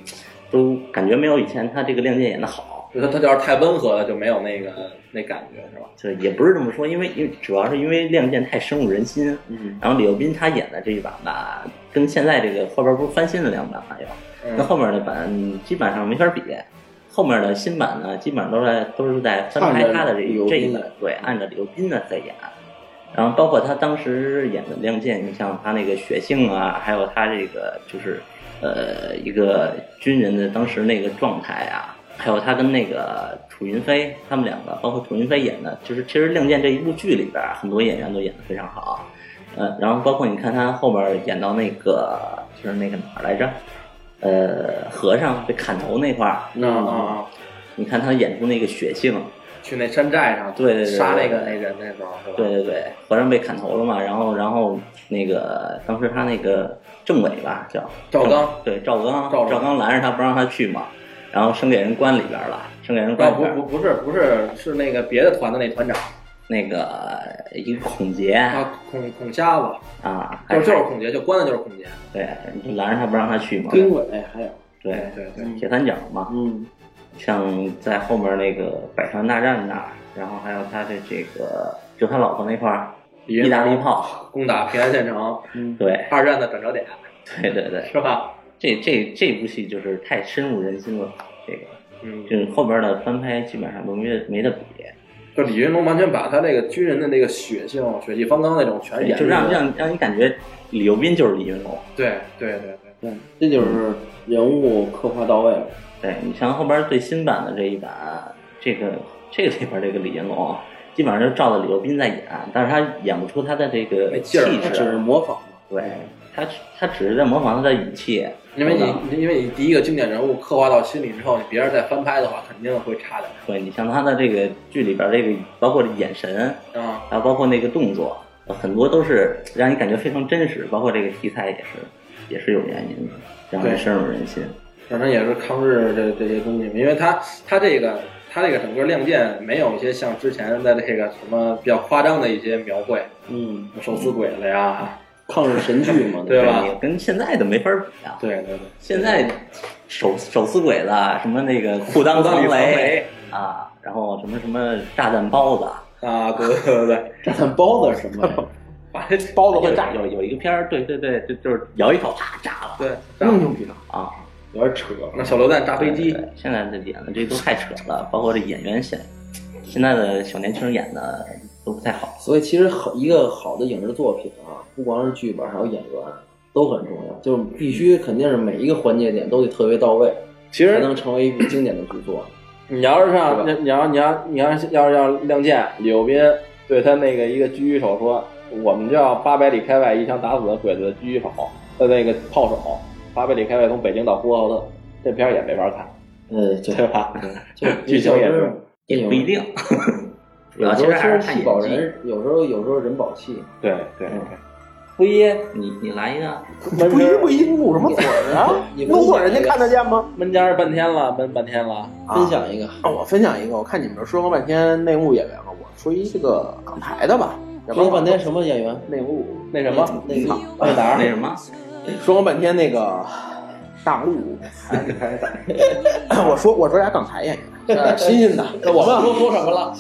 Speaker 3: 都感觉没有以前他这个《亮剑》演的好。
Speaker 6: 就他他要是太温和了，就没有那个那感觉，是吧？
Speaker 3: 就也不是这么说，因为因为主要是因为《亮剑》太深入人心，
Speaker 6: 嗯，
Speaker 3: 然后李幼斌他演的这一版吧，跟现在这个后边不是翻新了两版还有，
Speaker 2: 嗯
Speaker 3: 跟后面的版基本上没法比。后面的新版呢，基本上都在都是在翻拍他
Speaker 2: 按照
Speaker 3: 的这这
Speaker 2: 李
Speaker 3: 一
Speaker 2: 幼
Speaker 3: 版
Speaker 2: 斌的，
Speaker 3: 对，按照李幼斌的在演。然后包括他当时演的《亮剑》，你像他那个血性啊，还有他这个就是呃一个军人的当时那个状态啊，还有他跟那个楚云飞他们两个，包括楚云飞演的，就是其实《亮剑》这一部剧里边啊，很多演员都演得非常好。呃，然后包括你看他后面演到那个就是那个哪儿来着？呃，和尚被砍头那块儿，
Speaker 6: 啊
Speaker 2: 嗯
Speaker 6: 啊，
Speaker 3: 你看他演出那个血性，
Speaker 6: 去那山寨上，
Speaker 3: 对对对
Speaker 6: 杀那个那人那时候是吧？
Speaker 3: 对对对，和尚被砍头了嘛，然后然后那个当时他那个政委吧叫
Speaker 6: 赵刚，
Speaker 3: 对赵刚，
Speaker 6: 赵刚
Speaker 3: 赵刚拦着他不让他去嘛，然后升给人关里边了，升给人
Speaker 6: 啊，
Speaker 3: 关里
Speaker 6: 不
Speaker 3: 边，
Speaker 6: 不不是不是是那个别的团的那团长
Speaker 3: 那个一个孔杰啊
Speaker 6: 啊，孔孔瞎子，
Speaker 3: 还
Speaker 6: 就是就是孔杰，就关的就是孔杰，
Speaker 3: 对，你就拦着他不让他去嘛，
Speaker 2: 嗯丁伟还有，
Speaker 3: 对，
Speaker 6: 对对，
Speaker 3: 铁三角嘛，
Speaker 2: 嗯，
Speaker 3: 像在后面那个百团大战那儿，然后还有他的这个就他老婆那块儿，意大利 炮，哎
Speaker 6: 攻打平安县城，
Speaker 3: 对
Speaker 6: 二战的转折点
Speaker 3: 对对对。
Speaker 6: 是吧？
Speaker 3: 这这这部戏就是太深入人心了，这个
Speaker 6: 嗯，
Speaker 3: 就是后边的翻拍基本上都没没得比，
Speaker 6: 就李云龙完全把他那个军人的那个血性、血气方刚那种全演
Speaker 3: 就
Speaker 6: 出来
Speaker 3: 让
Speaker 6: 了
Speaker 3: 让让你感觉李幼斌就是李云龙。
Speaker 6: 对对对对，
Speaker 2: 对，这就是人物刻画到位了。
Speaker 3: 对你像后边最新版的这一版，这个这个里边这个李云龙，基本上就照着李幼斌在演，但是他演不出他的这个
Speaker 6: 那
Speaker 3: 气
Speaker 6: 劲儿
Speaker 2: 他只是
Speaker 3: 质，
Speaker 2: 模仿嘛，
Speaker 3: 对他他只是在模仿他的语气，
Speaker 6: 因为
Speaker 3: 嗯
Speaker 6: 你因为你第一个经典人物刻画到心里之后，你别人再翻拍的话，肯定会差点
Speaker 3: 对你像他的这个剧里边这个包括眼神，
Speaker 6: 儿啊。
Speaker 3: 然后包括那个动作，很多都是让你感觉非常真实，包括这个题材也是，也是有原因的，让人深入人心。
Speaker 6: 反正也是抗日这这些东西嘛，因为他他这个他这个整个《亮剑》没有一些像之前的这个什么比较夸张的一些描绘，
Speaker 2: 嗯，
Speaker 6: 手撕鬼子呀，
Speaker 2: 抗日神剧嘛，
Speaker 6: 对吧
Speaker 3: 也跟现在的没法比啊！
Speaker 6: 对对对，
Speaker 3: 现在手手撕鬼子，啊什么那个裤裆
Speaker 6: 当
Speaker 3: 藏
Speaker 6: 里防
Speaker 3: 雷
Speaker 6: 雷
Speaker 3: 啊，然后什么什么炸弹包子，
Speaker 6: 啊，对对对对，
Speaker 2: 炸弹包子什么的，
Speaker 6: 把这
Speaker 3: 包子会炸。有有一个片儿，对对对，就就是咬一口啪炸了
Speaker 6: 对，
Speaker 2: 那么牛逼呢？
Speaker 3: 啊！
Speaker 2: 有点扯。
Speaker 6: 那手榴弹炸飞机
Speaker 3: 对，对现在的演的这都太扯了，包括这演员现现在的小年轻演的都不太好。
Speaker 2: 所以其实好一个好的影视作品啊，不光是剧本，还有演员都很重要，就是必须肯定是每一个环节点都得特别到位，
Speaker 1: 其
Speaker 2: 才
Speaker 1: 实
Speaker 2: 能成为一部经典的剧作。
Speaker 1: 你要是
Speaker 2: 对
Speaker 1: 上
Speaker 2: 吧
Speaker 1: 你你要你要你要是要是要亮剑，李幼斌对他那个一个狙击手说，我们就要八百里开外一枪打死鬼子的狙击手的那个炮手，八百里开外从北京到呼和浩特，这片儿也没法看，
Speaker 2: 呃，对
Speaker 1: 对吧？
Speaker 2: 就
Speaker 1: 剧情也是
Speaker 2: 电
Speaker 3: 也
Speaker 2: 影
Speaker 3: 不一定，主
Speaker 2: 有
Speaker 3: 要
Speaker 2: 时
Speaker 3: 其
Speaker 2: 候
Speaker 3: 实还是看
Speaker 2: 戏
Speaker 3: 演
Speaker 2: 保
Speaker 3: 技。
Speaker 2: 人，有时候有时候人保戏。
Speaker 1: 对对
Speaker 2: 嗯
Speaker 1: 不一
Speaker 3: 你你来一个，
Speaker 1: 闷
Speaker 5: 不
Speaker 1: 声
Speaker 5: 一
Speaker 1: 儿
Speaker 5: 不一捂什么嘴儿啊？
Speaker 2: 你
Speaker 5: 捂嘴
Speaker 2: 分
Speaker 5: 人家
Speaker 2: 享一个，
Speaker 5: 看得见吗？
Speaker 1: 闷家半天了，闷半天了，
Speaker 2: 分享一个，
Speaker 5: 啊，我分享一个，我看你们这说了半天内务演员了，我说一这个港台的吧。
Speaker 2: 说了半天什么演员？
Speaker 5: 内务，
Speaker 1: 那什么啊
Speaker 2: 那个
Speaker 1: 那哪
Speaker 3: 那
Speaker 1: 儿？
Speaker 3: 什么，
Speaker 5: 说了半天那个大陆，
Speaker 2: 哎
Speaker 5: 我说我说俩港台演员，呃新兴的，我们
Speaker 2: 都哎说什么了？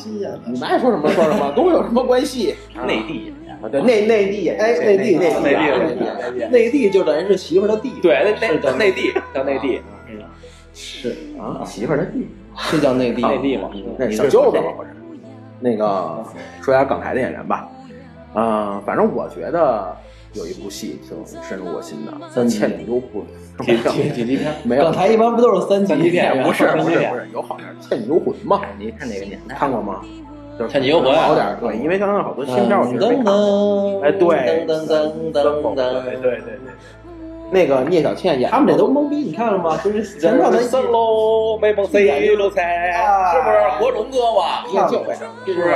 Speaker 5: 你们爱说什么说什么，跟我有什么关系？
Speaker 3: 内地演员，
Speaker 2: 啊
Speaker 5: 对内内地，哎，内地内地内地啊内地就等于是媳妇儿的弟，
Speaker 1: 对，那那叫内地，叫内地，
Speaker 2: 是
Speaker 5: 啊，媳妇儿的弟，
Speaker 2: 是叫内地嗯
Speaker 1: 内地嘛。
Speaker 5: 那小舅子嘛，不是？啊那个说俩港台的演员吧，呃，反正我觉得有一部戏挺深入我心的，
Speaker 2: 三级
Speaker 5: 倩女幽魂》
Speaker 2: 几几几级片？
Speaker 5: 没有
Speaker 2: 港台一般不都是三级片？
Speaker 5: 不是
Speaker 2: 三
Speaker 5: 不
Speaker 2: 级
Speaker 5: 是
Speaker 2: 片
Speaker 5: 不。是，有好点儿《倩女幽魂》嘛，
Speaker 3: 哎你看哪个年代？
Speaker 5: 看过吗？就是
Speaker 1: 倩女幽魂啊
Speaker 5: 好点儿，对，因为刚刚好多新片儿我觉得没看过。
Speaker 2: 噔
Speaker 5: 哎，
Speaker 2: 嗯
Speaker 5: 对，
Speaker 2: 噔噔噔噔
Speaker 5: 对
Speaker 2: 噔。
Speaker 5: 对对对，那个聂小倩演，
Speaker 2: 他们这都懵逼，你看了吗？就是
Speaker 5: 全让他
Speaker 1: 三喽，没梦谁露菜，
Speaker 5: 啊
Speaker 1: 是不是火种哥嘛？
Speaker 5: 念旧呗，
Speaker 1: 是不是？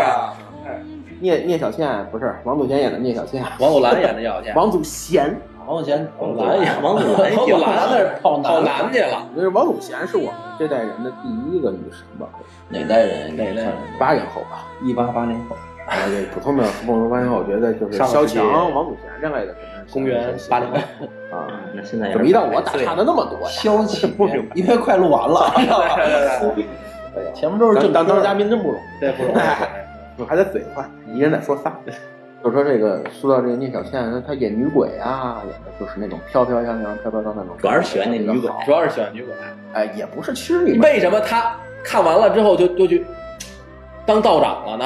Speaker 5: 聂聂小倩不是王祖贤演的聂小倩，
Speaker 6: 王祖蓝演的要去，
Speaker 5: 王祖贤，
Speaker 2: 王祖贤，
Speaker 3: 王祖
Speaker 2: 蓝
Speaker 3: 蓝，
Speaker 2: 呀，
Speaker 3: 王祖蓝
Speaker 1: 王祖
Speaker 3: 有
Speaker 1: 蓝
Speaker 3: 啊
Speaker 1: 那是
Speaker 2: 跑
Speaker 1: 跑
Speaker 2: 男
Speaker 1: 男去了，
Speaker 5: 因为王祖贤是我们这代人的第一个女神吧，
Speaker 3: 哪代人？
Speaker 6: 哪代人
Speaker 5: 八零后吧，
Speaker 3: 一八八零后。
Speaker 5: 啊，对，普通的共同关系，我觉得就是
Speaker 6: 上
Speaker 5: 萧
Speaker 6: 个世纪
Speaker 5: 蔷、王祖贤这类的，可能是
Speaker 6: 公元八零
Speaker 5: 啊，
Speaker 3: 啊，那现在有
Speaker 5: 怎么一到我打岔的那么多呀？
Speaker 2: 消极，因为快录完了，知道吧？前面都是
Speaker 5: 当
Speaker 2: 正
Speaker 5: 当当
Speaker 2: 当
Speaker 5: 嘉宾真不容易。
Speaker 6: 对，不容易。
Speaker 5: 我还得嘴快，一人得说仨。就说这个，说到这个聂小倩，她演女鬼啊，演的就是那种飘飘扬扬、飘飘荡荡那种。
Speaker 3: 主要是喜欢那女鬼
Speaker 5: 好
Speaker 1: 主要是喜欢女鬼。
Speaker 5: 哎，也不是，其实里面
Speaker 1: 为什么他看完了之后就就去当道长了呢？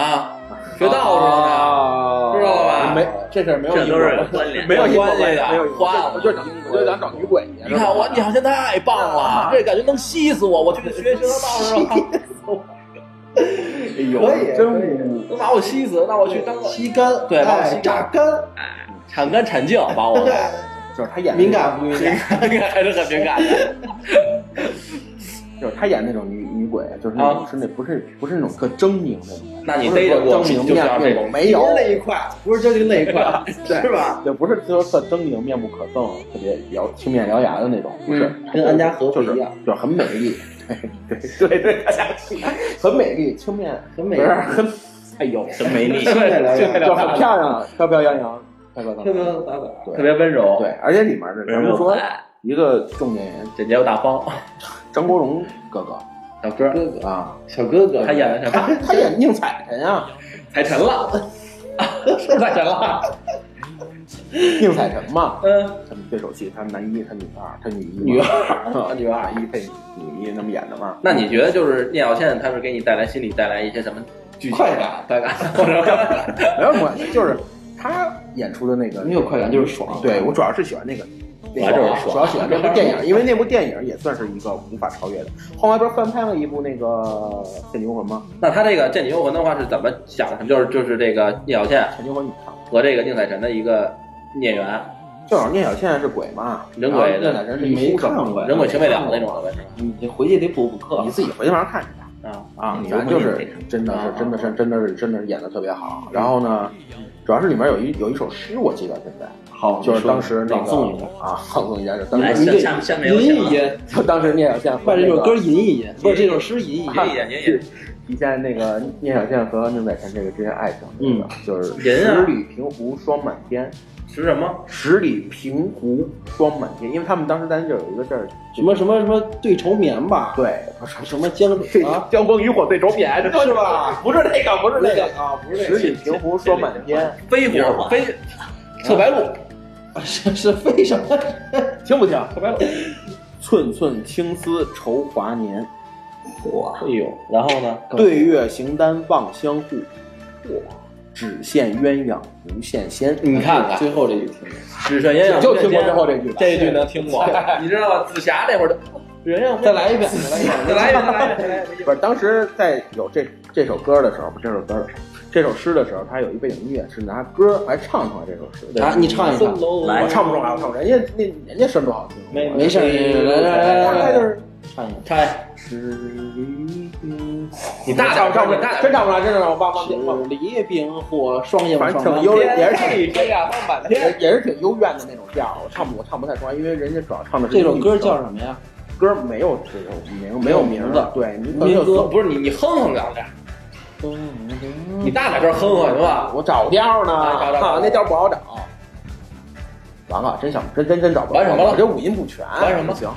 Speaker 1: 学道士了呢？
Speaker 5: 啊
Speaker 1: 知道了吧
Speaker 5: 没这事儿没有
Speaker 3: 这
Speaker 5: 因
Speaker 3: 都
Speaker 5: 果
Speaker 3: 是有关联。
Speaker 5: 没有因果
Speaker 1: 关系的
Speaker 5: 没有因果
Speaker 1: 花了
Speaker 5: 我就找，啊我就想找女鬼去。
Speaker 1: 你看我，你好像太棒了，这感觉能吸死我，我去学学道士了，
Speaker 5: 哎呦
Speaker 2: 可以
Speaker 5: 真
Speaker 2: 可以
Speaker 5: 污
Speaker 1: 能把我吸死，那我去当个
Speaker 2: 吸干，
Speaker 1: 对把我吸干
Speaker 2: 哎，榨干，
Speaker 1: 铲干铲净，把我给。
Speaker 5: 就是她演
Speaker 2: 敏，感不敏感？
Speaker 1: 还是很敏感的。
Speaker 5: 就是她演那种女女鬼，就是那
Speaker 2: 啊
Speaker 5: 种是那不是不是那种特狰狞那种。
Speaker 1: 那你逮着
Speaker 5: 不
Speaker 1: 过
Speaker 5: 是说狰狞
Speaker 1: 就像这
Speaker 5: 面
Speaker 1: 种
Speaker 5: 目，没有
Speaker 2: 您那一块，不是真您那一块，
Speaker 5: 对
Speaker 2: 是吧？
Speaker 5: 对，不是说特狰狞、面目可憎、特别咬青面獠牙的那种，不是，
Speaker 2: 嗯跟安家和不
Speaker 5: 就是
Speaker 2: 一样，
Speaker 5: 就是很美丽， 对对对对，大家很美丽，青面
Speaker 2: 很美
Speaker 5: 不是很，哎呦，
Speaker 3: 真没力。
Speaker 2: 青面獠牙，
Speaker 5: 就很漂亮，飘飘扬扬，飘飘荡
Speaker 2: 特
Speaker 5: 荡
Speaker 2: 别，打打，
Speaker 5: 对
Speaker 6: 特别温柔，
Speaker 5: 对，而且里面的咱们说一个重点演员
Speaker 6: 简洁又大方。
Speaker 5: 张国荣哥哥
Speaker 6: 小哥，
Speaker 2: 哥哥，
Speaker 5: 啊，
Speaker 2: 小哥哥，
Speaker 6: 他演的什么？
Speaker 5: 他哎他演宁采臣啊，
Speaker 6: 踩沉了，是不是踩沉了？
Speaker 5: 宁采臣嘛，
Speaker 6: 嗯，
Speaker 5: 他们对手戏，他男一，他女二，他女一嘛，
Speaker 6: 女
Speaker 5: 二，女二一配女一那么演的嘛，
Speaker 6: 那你觉得就是聂小倩，她是给你带来心里带来一些什么剧情
Speaker 2: 快
Speaker 6: 感、快感，或者
Speaker 5: 没有关系，就是他演出的那个
Speaker 2: 没有快感就是爽，
Speaker 5: 对我主要是喜欢那个，啊
Speaker 1: 主要就是爽
Speaker 5: 主要喜欢那部 电影，因为那部电影也算是一个无法超越的。后来不是翻拍了一部那个《倩女幽魂》吗？
Speaker 6: 那他这个《倩女幽魂》的话是怎么讲的？就是就是这个聂小倩
Speaker 5: 《倩女幽魂》你看过？
Speaker 6: 和这个宁采臣的一个孽缘，
Speaker 5: 正好聂小倩是鬼嘛，
Speaker 6: 人鬼的
Speaker 5: 然后聂小倩是一书生
Speaker 2: 没看过呀
Speaker 6: 人鬼情未
Speaker 5: 嗯
Speaker 6: 了那种的呗，是吧？
Speaker 2: 你你回去得补补
Speaker 3: 啊
Speaker 2: 课
Speaker 5: 你，自己回去慢慢看去吧。
Speaker 6: 啊
Speaker 5: 啊
Speaker 3: 嗯，
Speaker 5: 咱就
Speaker 3: 有空也得
Speaker 5: 是真的
Speaker 6: 啊
Speaker 5: 是真的是真的是真的是演的特别好。然后呢，主要是里面有一有一首诗，我记得现在
Speaker 6: 哦
Speaker 2: 好，
Speaker 5: 就是当时那个
Speaker 2: 朗诵一下，
Speaker 5: 啊，朗诵一下，就
Speaker 3: 来
Speaker 5: 当时
Speaker 3: 下下下面有
Speaker 2: 吟
Speaker 3: 请
Speaker 2: 一
Speaker 3: 了。
Speaker 2: 吟，
Speaker 5: 就当时聂小倩
Speaker 2: 把
Speaker 5: 和
Speaker 2: 这
Speaker 5: 那
Speaker 2: 首
Speaker 5: 个
Speaker 2: 歌吟一吟，不是这首诗吟一吟，
Speaker 6: 爷爷 爷爷，
Speaker 5: 体现那个聂小倩和宁采臣这个之间爱情，
Speaker 2: 嗯，
Speaker 5: 就是
Speaker 6: 人啊
Speaker 5: 十里平湖霜满天，
Speaker 6: 是什么？
Speaker 5: 十里平湖霜满天，因为他们当时在那儿有一个字儿，
Speaker 2: 什么什么什么对愁眠
Speaker 6: 啊
Speaker 2: 吧，
Speaker 5: 对，不是
Speaker 2: 什么江
Speaker 5: 这
Speaker 2: 啊，
Speaker 5: 江枫渔火对愁眠，这
Speaker 2: 是吧？
Speaker 5: 不是那个，不是那个，
Speaker 2: 啊，不
Speaker 5: 十
Speaker 2: 是
Speaker 5: 里平湖霜满天，
Speaker 6: 飞火飞侧白鹿，
Speaker 2: 那个，是是非什么？
Speaker 5: 听不听？寸寸青丝愁华年，
Speaker 3: 哇，
Speaker 6: 哎呦，然后呢？
Speaker 5: 对月形单望相护，只羡鸳鸯不羡仙。
Speaker 1: 你看看，
Speaker 2: 最后这一题，
Speaker 6: 只剩鸳鸯
Speaker 5: 就
Speaker 6: 不羡
Speaker 5: 听过
Speaker 6: 仙
Speaker 5: 最后这句吧
Speaker 1: 这一句能听 过。
Speaker 2: 啊
Speaker 6: 你知道紫霞那会儿的，
Speaker 1: 人家
Speaker 2: 再来一遍，再来一遍。
Speaker 6: 再 来一遍，再来一遍，再来一遍。
Speaker 5: 不是，当时在有这这首歌的时候，不是这首歌的时候，这首诗的时候，它有一背景音乐是拿歌来唱出来这首诗的。
Speaker 2: 啊，你唱一唱，
Speaker 3: 来
Speaker 5: 我唱不出来，我唱不出来，人家那人家声多好听。
Speaker 1: 没
Speaker 2: 没事，来来来
Speaker 5: 大概
Speaker 2: 来
Speaker 5: 就
Speaker 2: 来，
Speaker 5: 是
Speaker 2: 唱一唱。
Speaker 1: 开
Speaker 5: 十里冰，
Speaker 6: 你大
Speaker 5: 唱
Speaker 6: 点
Speaker 5: 唱
Speaker 6: 声，
Speaker 5: 不
Speaker 6: 你
Speaker 5: 了
Speaker 6: 大点，
Speaker 5: 真唱不了，真唱不了，我爸妈点
Speaker 2: 十里冰火，双影
Speaker 5: 反正
Speaker 2: 双
Speaker 5: 挺
Speaker 2: 满
Speaker 5: 幽
Speaker 2: 天。
Speaker 5: 也是挺
Speaker 1: 这样放满
Speaker 5: 也也是挺幽怨的那种调儿，我唱不我唱不太出来，因为人家主要唱的是
Speaker 2: 这首歌叫
Speaker 5: 么？
Speaker 2: 什么呀？
Speaker 5: 歌没有这种名，没有名字，对，你可能
Speaker 2: 民歌
Speaker 1: 不是你，你哼哼两下，你大点声哼哼行吧？
Speaker 5: 我找调呢，
Speaker 1: 啊找找
Speaker 5: 啊那调不好找。完了，真想真真真找不着。
Speaker 1: 完什么了
Speaker 5: 我这五音不全，
Speaker 1: 完什么
Speaker 5: 不行。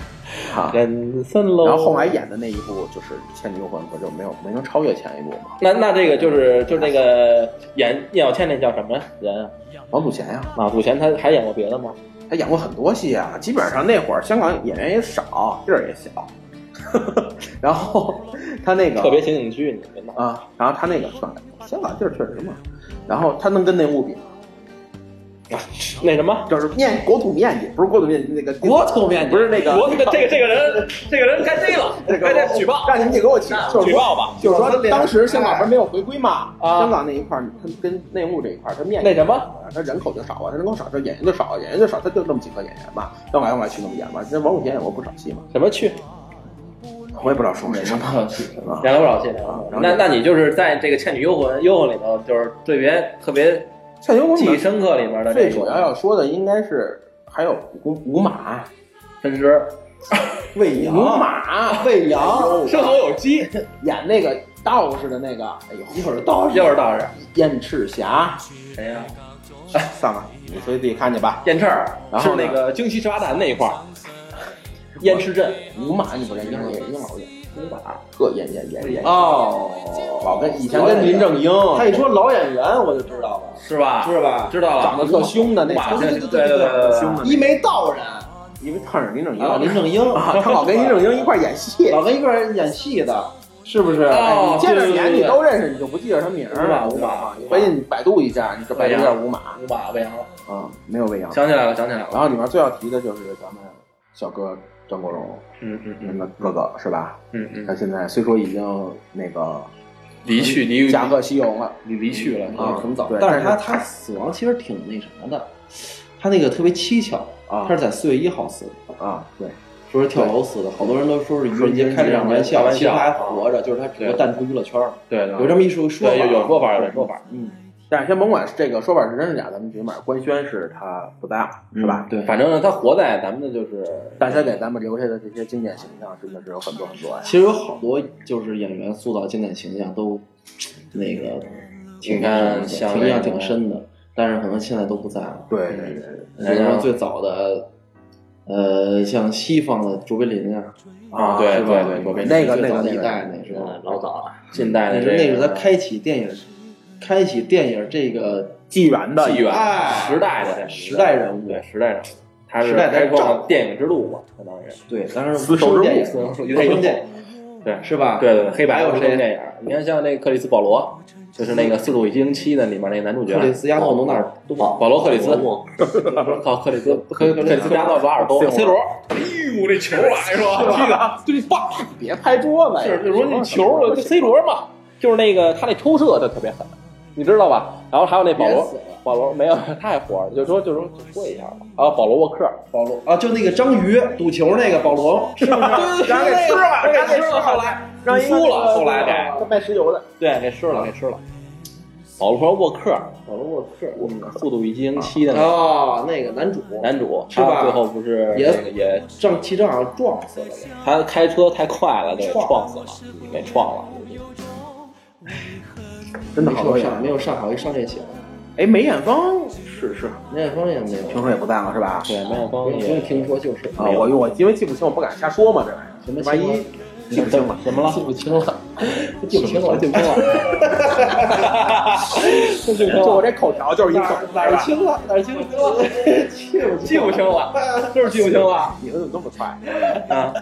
Speaker 5: 啊，
Speaker 2: 人生喽
Speaker 5: 然后后来演的那一部就是《倩女幽魂》，不就没有没能超越前一部吗？
Speaker 1: 那那这个就是就是那个演聂小倩那叫什么人啊？
Speaker 5: 王祖贤呀、
Speaker 1: 马祖贤他还演过别的吗？
Speaker 5: 他演过很多戏啊。基本上那会儿香港演员也少，地儿也小。 然后他那个
Speaker 1: 特别情景剧，你别闹。
Speaker 5: 啊，然后他那个算了，香港地儿确实嘛。然后他能跟那物比吗？
Speaker 7: 那什么，
Speaker 5: 就是面国土面积，不是国土面积那个
Speaker 2: 国土面积
Speaker 5: 不是那个
Speaker 7: 我这个这个人，这个人该逮了，
Speaker 5: 那
Speaker 7: 该
Speaker 5: 个
Speaker 7: 得举报，
Speaker 5: 让你们给我举就是
Speaker 7: 举
Speaker 5: 说
Speaker 7: 报吧。
Speaker 5: 就是说当时香港不是没有回归嘛，
Speaker 7: 啊
Speaker 5: 香港那一块儿，它跟内陆这一块儿，它面积
Speaker 7: 那什么，
Speaker 5: 它人口就少啊，它人口少，这演员就少，演员就少，它就那么几个演员嘛，要来要来去那么演嘛。这王祖贤演过不少戏嘛，
Speaker 7: 什么 去？
Speaker 5: 我也不知道说谁嘛。啊
Speaker 1: 两个不老谢啊。那那你就是在这个《倩女幽魂》幽魂里头，就是特别特别
Speaker 5: 像尤文
Speaker 1: 记忆深刻里面的这
Speaker 5: 最
Speaker 1: 个
Speaker 5: 主要要说的应该是还有五五马、
Speaker 1: 分尸，
Speaker 5: 魏
Speaker 2: 阳
Speaker 5: 五马、哎魏 阳
Speaker 7: 生猴有鸡，
Speaker 5: 演那个道士的那个，哎呦，一会 儿道
Speaker 1: 又是道士，
Speaker 5: 燕赤 霞，
Speaker 1: 谁呀？
Speaker 5: 哎算了，你回去自己看去吧。
Speaker 7: 燕赤儿
Speaker 5: 然
Speaker 7: 是
Speaker 5: 后呢
Speaker 7: 那个惊奇十八弹那一块儿，燕赤镇
Speaker 5: 五马你不认识，也一个老演五马，特演演演演，
Speaker 1: 哦，
Speaker 5: 老跟以前跟林正英，
Speaker 2: 他一说老演员，我就知道了，
Speaker 1: 是吧？
Speaker 2: 是吧？
Speaker 1: 知道了，
Speaker 5: 长得特凶的那
Speaker 1: 马
Speaker 5: 个
Speaker 1: 对对对对对，
Speaker 5: 凶的那个
Speaker 2: 一眉道人
Speaker 5: 因为碰上林正英
Speaker 2: 啊，林正英
Speaker 5: 啊，他老跟林正英一块儿演 戏。
Speaker 2: 老跟一块儿演戏的，是不是？
Speaker 1: 哦
Speaker 5: 哎你见着
Speaker 1: 对对对
Speaker 5: 脸你都认识，你就不记着他名儿了。
Speaker 1: 五马
Speaker 5: 你回去你百度一下，你就百度一下五马
Speaker 1: 五马未央，
Speaker 5: 啊，没有未央。
Speaker 1: 想起来了，想起来了，
Speaker 5: 然后里面最要提的就是咱们小哥张国荣，
Speaker 1: 嗯嗯
Speaker 5: 咱们哥哥是吧？
Speaker 1: 嗯嗯，
Speaker 5: 他现在虽说已经那个
Speaker 1: 离去离
Speaker 5: 驾鹤西游了，
Speaker 1: 离离去了
Speaker 5: 啊
Speaker 2: 很早
Speaker 5: 对，
Speaker 2: 但是他
Speaker 5: 但
Speaker 2: 他死亡其实挺那什么的，他那个特别蹊跷，
Speaker 5: 啊
Speaker 2: 他是在四月一号死的，
Speaker 5: 啊，对，
Speaker 2: 说是跳楼死的，好多人都说是愚人节开了场玩
Speaker 1: 开
Speaker 2: 笑，
Speaker 1: 玩笑
Speaker 2: 其实他还活着，就是他只不过淡出娱乐圈了，
Speaker 1: 对
Speaker 2: 有这么一说说法，
Speaker 1: 对有有说法有这说法，
Speaker 2: 嗯，
Speaker 5: 但是先甭管这个说法是真是假，咱们起码官宣是他不在了，是吧？
Speaker 2: 对，
Speaker 1: 反正呢，他活在咱们的就是
Speaker 5: 但是他给咱们留下的这些经典形象真的是有很多很多呀。
Speaker 2: 其实有好多就是演员塑造经典形象都那个挺
Speaker 1: 你看像
Speaker 2: 挺印象
Speaker 1: 那个
Speaker 2: 挺深的，但是可能现在都不在了。
Speaker 5: 对对对，
Speaker 2: 比如说最早的，呃，像西方的卓别林啊，
Speaker 1: 啊对
Speaker 5: 是吧
Speaker 1: 对对卓别林
Speaker 5: 那个
Speaker 2: 最
Speaker 5: 那
Speaker 2: 早
Speaker 5: 个
Speaker 2: 的一
Speaker 5: 那
Speaker 2: 代
Speaker 5: 个，
Speaker 2: 那时候，
Speaker 3: 嗯，老早了，
Speaker 1: 近代
Speaker 2: 那
Speaker 1: 的
Speaker 2: 是
Speaker 5: 嗯
Speaker 1: 这
Speaker 2: 那是他
Speaker 1: 个
Speaker 2: 开启电影，开启电影这个
Speaker 5: 纪元的
Speaker 1: 纪元
Speaker 2: 哎
Speaker 1: 时代的
Speaker 2: 时代人物
Speaker 1: 对时代人物，他是
Speaker 2: 时代
Speaker 1: 开
Speaker 2: 在
Speaker 1: 创
Speaker 2: 照
Speaker 1: 了电影之路嘛，相当于
Speaker 2: 对，当时
Speaker 5: 丝绸
Speaker 2: 收
Speaker 5: 之路
Speaker 2: 电影，
Speaker 5: 丝
Speaker 1: 绸之路
Speaker 2: 收声电
Speaker 1: 对
Speaker 2: 影是吧？
Speaker 1: 对对对，黑白
Speaker 2: 啊还有
Speaker 1: 无声
Speaker 2: 谁？
Speaker 1: 电影，你看像那克里斯保罗，就是那个《四度与激情七》的里面那个男主角
Speaker 2: 克里斯亚诺罗纳尔多，
Speaker 1: 保罗克里斯，
Speaker 3: 我
Speaker 1: 不 是靠克里斯克克里斯加诺瓦尔多 C 罗，哎呦那球啊，是吧？踢的 对棒，
Speaker 5: 别拍桌子
Speaker 1: 就
Speaker 5: 呀，
Speaker 1: 是说那球就 C 罗嘛，就是那个他那抽射就特别狠，你知道吧？然后还有那保
Speaker 2: 别
Speaker 1: 罗
Speaker 2: 死。了
Speaker 1: 保罗没有， 他还活着，就说就说就说一下吧。然后保罗沃克，
Speaker 2: 保罗啊，就那个章鱼赌球那个保罗， 是不是？
Speaker 5: 让人给吃了，
Speaker 1: 让人
Speaker 5: 让人
Speaker 1: 给
Speaker 5: 给
Speaker 1: 吃
Speaker 5: 吃
Speaker 1: 了
Speaker 5: 了，
Speaker 1: 后
Speaker 5: 后
Speaker 1: 来
Speaker 5: 来
Speaker 1: 让一个
Speaker 5: 输了，
Speaker 1: 后来给
Speaker 5: 他卖石油的，
Speaker 1: 对，给吃了，给吃了。保罗沃克，
Speaker 2: 保罗沃克
Speaker 1: 《速度与激情七》的那个
Speaker 2: 哦，那个男主
Speaker 1: 男主，
Speaker 2: 是吧
Speaker 1: 他最后不是
Speaker 2: 也
Speaker 1: 那个也
Speaker 2: 正气正好像撞死了吧，
Speaker 1: 他开车太快了，给撞死了，给撞了。
Speaker 5: 真的
Speaker 2: 没
Speaker 5: 好多
Speaker 2: 有
Speaker 5: 演
Speaker 2: 上没
Speaker 5: 员。
Speaker 2: 有上好一上这血，
Speaker 5: 哎，梅艳芳是是，
Speaker 2: 梅艳芳也没有，
Speaker 5: 听说也不在了是吧？
Speaker 1: 对，梅艳
Speaker 2: 不
Speaker 1: 芳
Speaker 2: 用不用
Speaker 1: 也
Speaker 2: 听说就是
Speaker 5: 啊，我我因为记不清，我不敢瞎说嘛，这玩意儿，
Speaker 2: 什么
Speaker 5: 万
Speaker 2: 情
Speaker 5: 一
Speaker 2: 况
Speaker 5: 记不清了，
Speaker 1: 怎么了？
Speaker 2: 记不清了，记不清了，记不清 了，
Speaker 5: 就我这口条就是一口，
Speaker 2: 哪儿清了哪儿清了，记不
Speaker 1: 记不清了，
Speaker 2: 啊
Speaker 1: 就是记不清了。
Speaker 5: 你们怎么这么快？
Speaker 1: 啊，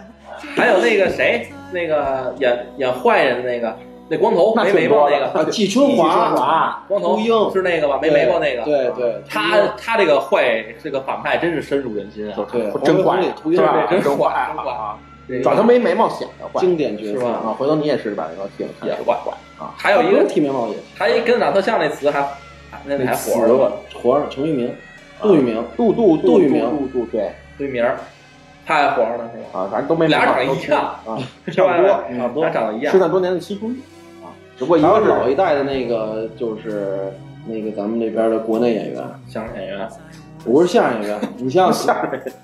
Speaker 1: 还有那个谁，那个演演坏人的那个，那光头没眉毛那个，
Speaker 2: 啊，季春华，
Speaker 5: 华，
Speaker 1: 光头
Speaker 2: 秃鹰
Speaker 1: 是那个吧？没眉毛那个。
Speaker 2: 对对，
Speaker 1: 他他这个坏，这个反派真是深入人心啊！
Speaker 2: 对
Speaker 5: 真坏，
Speaker 2: 秃鹰
Speaker 5: 是吧？
Speaker 1: 真
Speaker 5: 真
Speaker 1: 坏
Speaker 5: 坏
Speaker 1: 真坏
Speaker 5: 啊！找他没眉毛显得坏
Speaker 2: 经典角
Speaker 1: 是
Speaker 2: 色
Speaker 1: 吧
Speaker 5: 啊！回头你也是把那个剃了看
Speaker 1: 也
Speaker 5: 看，
Speaker 1: 坏
Speaker 5: 啊
Speaker 1: 还有一
Speaker 2: 他不
Speaker 1: 个
Speaker 2: 是，剃眉毛也
Speaker 1: 还一跟长特像那词还那那还活着
Speaker 2: 死
Speaker 1: 吧？
Speaker 2: 了，活着，程玉明，杜聿明，
Speaker 5: 杜杜
Speaker 2: 杜
Speaker 5: 杜
Speaker 2: 聿明
Speaker 5: 杜杜对
Speaker 1: 对名儿，他还活着呢是吧？
Speaker 5: 啊，反正都没眉毛
Speaker 1: 俩长得一样
Speaker 5: 啊，
Speaker 1: 差不多，
Speaker 2: 差不多
Speaker 1: 俩长得一样
Speaker 5: 失。散多年的西出玉啊，只不过一
Speaker 2: 还有
Speaker 5: 个是
Speaker 2: 老一代的那个就是那个咱们这边的国内演员，
Speaker 1: 相声演
Speaker 2: 啊
Speaker 1: 员
Speaker 2: 不是相声演员，你像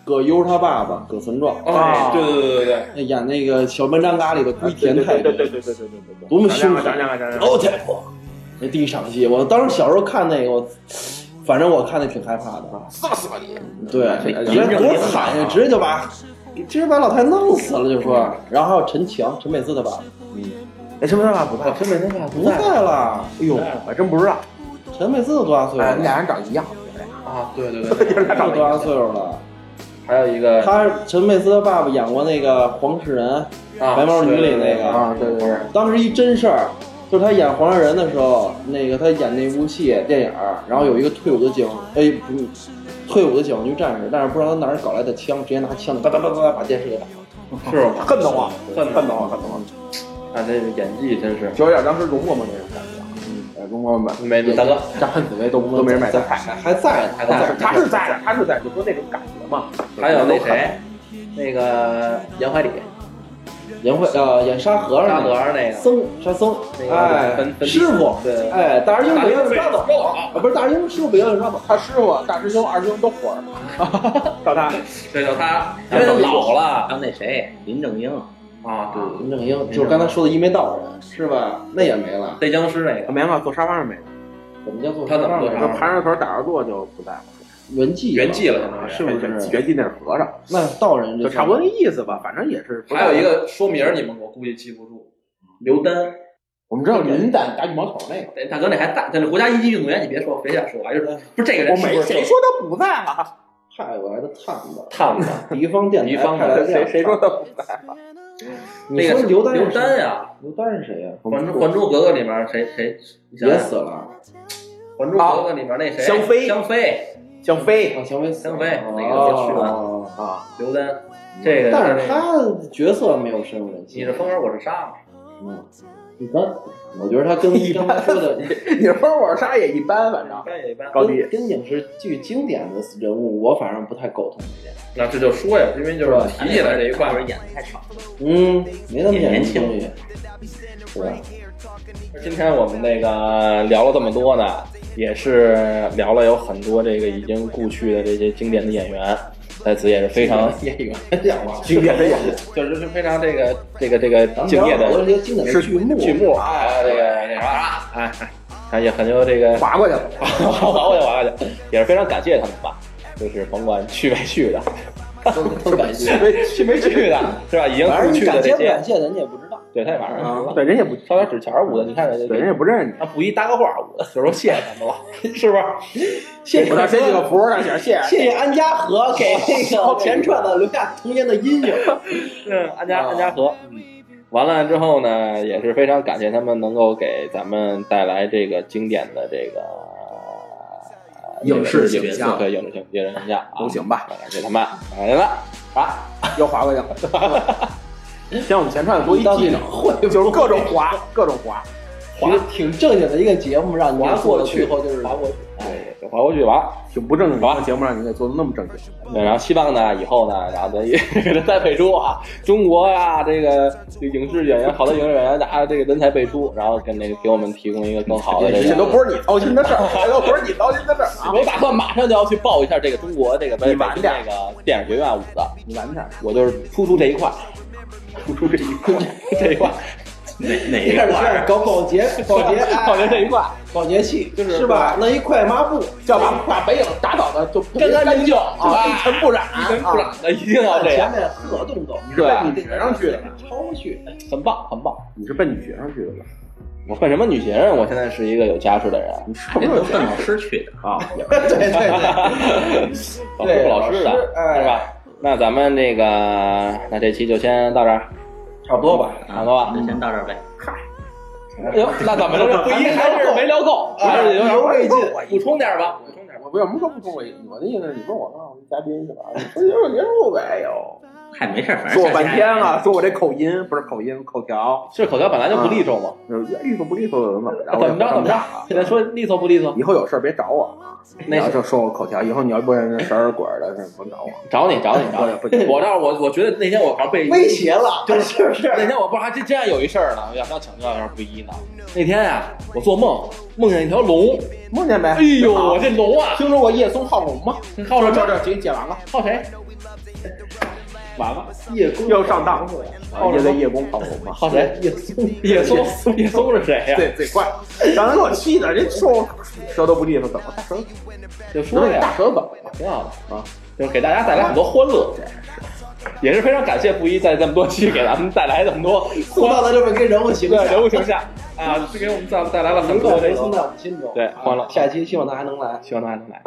Speaker 2: 葛优他爸爸葛存壮，
Speaker 1: 哦，对对对对对，
Speaker 2: 那演那个《小班张嘎》里的龟田太对，
Speaker 5: 对对对对对对对对，
Speaker 2: 多么凶
Speaker 5: 讲讲讲讲讲，
Speaker 2: 老太婆，那第一场戏，我当时小时候看那个，我反正我看那挺害怕的啊，
Speaker 5: 臊死吧你！
Speaker 2: 对，
Speaker 5: 这
Speaker 2: 直接多惨呀，直接就把。直接把老太太弄死了，就说，然后还有陈强、陈佩斯他爸
Speaker 5: 哎，什么办法不在？
Speaker 1: 陈美那爸
Speaker 2: 不在了，哎呦，
Speaker 5: 我还真不知道，
Speaker 2: 陈佩斯都多大岁数
Speaker 5: 哎，
Speaker 2: 了？
Speaker 5: 俩人长一样，
Speaker 1: 啊，对对对，
Speaker 5: 就是
Speaker 2: 都
Speaker 5: 俩长得一
Speaker 2: 多大
Speaker 5: 样。
Speaker 2: 岁数了？
Speaker 1: 还有一个
Speaker 2: 他陈佩斯他爸爸演过那个黄世仁，
Speaker 1: 啊
Speaker 2: 白毛女里那个
Speaker 5: 啊，对对对，
Speaker 2: 当时一真事儿，就是他演黄山人的时候，那个他演那部戏电影儿，然后有一个退伍的警，哎，不是，退伍的解放军战士，但是不知道他哪儿搞来的枪，直接拿枪哒哒哒哒哒把电视给打了。
Speaker 6: 是吗？
Speaker 5: 恨得慌，
Speaker 6: 恨
Speaker 5: 恨得慌，恨得慌。
Speaker 6: 啊，这个演技真是
Speaker 5: 就有点当时容嬷嬷那种感觉。嗯，哎容嬷嬷
Speaker 6: 没大哥，
Speaker 5: 张恨紫薇都都没人买
Speaker 2: 在
Speaker 5: 单。
Speaker 2: 还还在呢，还在呢。
Speaker 5: 他是在的，他是在，就说那种感觉嘛。
Speaker 6: 还有那谁，那个杨怀礼，
Speaker 2: 演会呃演沙和尚
Speaker 6: 沙
Speaker 2: 那
Speaker 6: 和
Speaker 2: 个
Speaker 6: 尚那个，
Speaker 2: 僧沙僧
Speaker 5: 哦
Speaker 6: 那，个
Speaker 2: 哎
Speaker 6: 分，分
Speaker 2: 师傅，
Speaker 6: 对
Speaker 2: 哎，大师兄北岳
Speaker 1: 大师兄
Speaker 2: 被抓走了，啊不是大师兄师傅北岳被抓走了，
Speaker 5: 他师傅、大师兄、二师兄都火了，到他
Speaker 6: 这就他，因为他老了
Speaker 3: 还有那谁林正英，
Speaker 6: 啊，
Speaker 1: 嗯
Speaker 6: 对，
Speaker 2: 林正英就是刚才说的一眉道人是吧？那也没了，
Speaker 6: 对僵尸那个
Speaker 5: 没了，坐沙发上没了，
Speaker 2: 我们叫做
Speaker 6: 他怎么做
Speaker 5: 就
Speaker 6: 沙发
Speaker 5: 盘着腿打着坐就不在了。
Speaker 2: 圆寂
Speaker 6: 圆寂了，相当于
Speaker 2: 是不是？
Speaker 5: 绝技那是和尚，
Speaker 2: 那道人
Speaker 5: 就
Speaker 2: 这
Speaker 5: 差不多那意思吧，反正也是。
Speaker 6: 还有一，个说名儿，你们我估计记不住，刘丹，
Speaker 5: 我们知道林丹打羽毛球那个，
Speaker 6: 哎那大哥那还大，但是国家一级运动员，你别说，别瞎说，我就是不是这个人
Speaker 5: 我
Speaker 6: 是不是
Speaker 5: 没谁说他不在啊？
Speaker 2: 派过来的探子，
Speaker 6: 烫的？
Speaker 2: 敌方电
Speaker 6: 敌
Speaker 2: 台
Speaker 6: 方
Speaker 2: 派
Speaker 6: 的
Speaker 2: 来的
Speaker 5: 谁谁说他不在？
Speaker 2: 你
Speaker 6: 那
Speaker 2: 说
Speaker 6: 个
Speaker 2: 刘丹
Speaker 6: 刘
Speaker 2: 是谁
Speaker 6: 丹，呀，
Speaker 2: 刘丹是谁呀？
Speaker 6: 《还珠还珠格格》里面谁谁你想
Speaker 2: 也
Speaker 6: 想
Speaker 2: 死了，啊
Speaker 6: 《还珠格格》里面那谁
Speaker 5: 香妃
Speaker 6: 香妃
Speaker 5: 江飞
Speaker 2: 啊，蔷薇死了
Speaker 6: 张飞
Speaker 2: 哦
Speaker 6: 那个就去了
Speaker 5: 啊，
Speaker 6: 刘丹，这个
Speaker 2: 但是他角色没有深入人心。
Speaker 6: 你是风儿，我是沙嘛，
Speaker 2: 嗯，一般，我觉得他跟
Speaker 5: 一
Speaker 2: 刚
Speaker 5: 般
Speaker 2: 才说的
Speaker 5: 你说我杀也一般，反正
Speaker 6: 一般也一般。
Speaker 5: 高低
Speaker 2: 跟跟影视剧经典的人物，我反正不太苟同这点。
Speaker 6: 那这就说呀，因为就是提起来这一块
Speaker 3: 就是
Speaker 6: 儿，
Speaker 3: 演的太少，
Speaker 2: 嗯，没那么
Speaker 3: 也年轻
Speaker 2: 东西，对吧？
Speaker 1: 今天我们那个聊了这么多呢，也是聊了有很多这个已经故去的这些经典的演员，在此也是非常
Speaker 2: 演员讲吧，
Speaker 5: 经典的演
Speaker 1: 就是是非常这个这个这个
Speaker 2: 咱们
Speaker 1: 敬
Speaker 2: 聊
Speaker 1: 业
Speaker 2: 好多
Speaker 1: 的
Speaker 2: 这些经典的剧目，
Speaker 1: 剧目啊，这个那啥啊，哎，哎也很有这个
Speaker 5: 划过去了。
Speaker 1: 玩过去玩过去，也是非常感谢他们吧，就是甭管去没去的，
Speaker 2: 都都感谢。
Speaker 1: 没去没去的，是吧？已经
Speaker 2: 反
Speaker 1: 不
Speaker 2: 正
Speaker 1: 去
Speaker 2: 你
Speaker 1: 的
Speaker 2: 感谢
Speaker 1: 这
Speaker 2: 不
Speaker 1: 些
Speaker 2: 感，谢，人家也不知道。
Speaker 1: 对他也晚上
Speaker 5: 对，人也不，
Speaker 1: 烧点纸钱儿捂的，你看人
Speaker 5: 对，人也
Speaker 1: 家
Speaker 5: 不认识
Speaker 1: 那布衣搭个话捂的，就说谢谢他们了， 是不是？
Speaker 5: 你。
Speaker 2: 谢
Speaker 5: 我
Speaker 2: 谢
Speaker 5: 让谁几个服上写谢
Speaker 2: 谢谢安家和给那个前传的留下童年的阴影。
Speaker 1: 嗯，安家安家和。
Speaker 5: 嗯
Speaker 1: 完了之后呢，也是非常感谢他们能够给咱们带来这个经典的这个
Speaker 5: 影视
Speaker 1: 这个
Speaker 5: 形象
Speaker 1: 对影视形影视形象啊
Speaker 5: 都行吧，
Speaker 1: 感谢他们，感谢他们啊。
Speaker 5: 又划过去了。像我们前串多一
Speaker 2: 到
Speaker 5: 技
Speaker 2: 底
Speaker 5: 能，
Speaker 2: 会不会
Speaker 5: 就是各种划，各种划。
Speaker 2: 挺挺正经的一个节目，让你
Speaker 1: 划
Speaker 2: 做
Speaker 1: 过
Speaker 2: 到
Speaker 1: 去
Speaker 2: 最后就是
Speaker 1: 划过去，哎，就划过去吧。
Speaker 5: 挺不正经的节目让你给做的那么正经，
Speaker 1: 对，然后希望呢，以后呢，然后咱也人才辈出啊，中国呀、这个这影视演员，好的影视演员，大家这个人才辈出，然后跟那个给我们提供一个更好的这
Speaker 5: 哦这
Speaker 1: 个。
Speaker 5: 都不是你操心的 事儿，这都不是你操心的事儿 啊！
Speaker 1: 我打算马上就要去报一下这个中国这个北
Speaker 5: 你晚
Speaker 1: 北京
Speaker 5: 点
Speaker 1: 那个电影学院舞的，
Speaker 5: 你晚点，
Speaker 1: 我就是突出这一块，
Speaker 5: 突出这一块，
Speaker 1: 这一块，
Speaker 3: 哪哪
Speaker 2: 有
Speaker 3: 一
Speaker 2: 点
Speaker 3: 块儿
Speaker 2: 像搞保洁、保洁、哎
Speaker 1: 好像这一块，
Speaker 2: 保洁系，
Speaker 1: 就是
Speaker 2: 是吧？弄一块抹布，
Speaker 5: 要把把北影打倒的就
Speaker 1: 干干净净
Speaker 5: 啊，一尘不染，
Speaker 1: 一尘不染的，啊一定要
Speaker 2: 看
Speaker 1: 这
Speaker 2: 前
Speaker 1: 样，
Speaker 2: 面鹤动走，
Speaker 5: 你是奔你学生去的吧？
Speaker 2: 超过去，
Speaker 1: 很棒，很棒。
Speaker 5: 啊 你是奔你学生去的吧？
Speaker 1: 我奔什么女学生？我现在是一个有家室的人，
Speaker 5: 你是
Speaker 3: 这
Speaker 5: 不是
Speaker 3: 都
Speaker 5: 有学
Speaker 3: 奔
Speaker 5: 生
Speaker 3: 老师去的，
Speaker 5: 啊？
Speaker 2: 对对
Speaker 1: 老
Speaker 2: 对，
Speaker 1: 师不老师的，
Speaker 2: 老师哎
Speaker 1: 是吧？那咱们那个，那这期就先到这儿，
Speaker 2: 差不多吧。
Speaker 1: 差不多吧
Speaker 3: 那。就先到这儿呗。
Speaker 1: 行，哎那咱们 这不一还是没聊够，
Speaker 2: 啊
Speaker 1: 还是有点
Speaker 2: 犹未尽
Speaker 1: 补充点吧。
Speaker 5: 我我有什么说不说？我我的意思是，你问我让我嘉宾是吧？你说结束结束呗，哟。
Speaker 3: 嗨，没事儿，反正
Speaker 5: 说我
Speaker 3: 下期
Speaker 5: 半天了，
Speaker 3: 哎
Speaker 5: 说我这口音不是口音，口条，
Speaker 1: 这口条本来就不利索嘛，
Speaker 5: 呃利索不利索怎么着？
Speaker 1: 怎么着怎么着？现在说利索不利索？
Speaker 5: 以后有事儿别找我啊！你
Speaker 1: 那
Speaker 5: 要就说我口条，以后你要不认识神儿鬼儿的，甭找我。
Speaker 1: 找你
Speaker 2: 哎
Speaker 1: 找你找
Speaker 5: 哎不不
Speaker 1: 你， 我倒是我我觉得那天我好像被
Speaker 2: 威胁了，
Speaker 1: 就是
Speaker 2: 不是？
Speaker 1: 那天我不是还真真有一事儿呢，我想想请教一下不一呢。那天呀、我做梦梦见一条龙，
Speaker 5: 梦见没？
Speaker 1: 哎呦，我这龙 啊，
Speaker 5: 听说过叶松好龙吗？
Speaker 1: 靠什
Speaker 5: 这这
Speaker 1: 么？
Speaker 5: 这解解完了，
Speaker 1: 靠谁？完了，
Speaker 2: 叶公
Speaker 5: 又上当，
Speaker 1: 好
Speaker 5: 叶
Speaker 1: 龙
Speaker 5: 在叶公好啊龙嘛。
Speaker 1: 靠谁？
Speaker 2: 叶松，
Speaker 1: 野松，野松是谁呀、
Speaker 5: 对，最快，让人给我气的，人说我舌头不利索，怎么大舌头？
Speaker 1: 就说呀，
Speaker 5: 大舌头怎么了？
Speaker 1: 挺好的啊，就是给大家带来很多欢乐，也是非常感谢布衣在这么多期给咱们带来这么多
Speaker 2: 塑造的这么一个人物形
Speaker 1: 对
Speaker 2: 象，
Speaker 1: 人物形象啊，是给我们带带来了很
Speaker 2: 能
Speaker 1: 多
Speaker 2: 够
Speaker 1: 这
Speaker 2: 留存
Speaker 1: 个，
Speaker 2: 在我们心中。
Speaker 1: 对
Speaker 2: 啊
Speaker 1: 欢乐
Speaker 2: 下期希望他还能来。
Speaker 1: 希望大家能来。
Speaker 5: 啊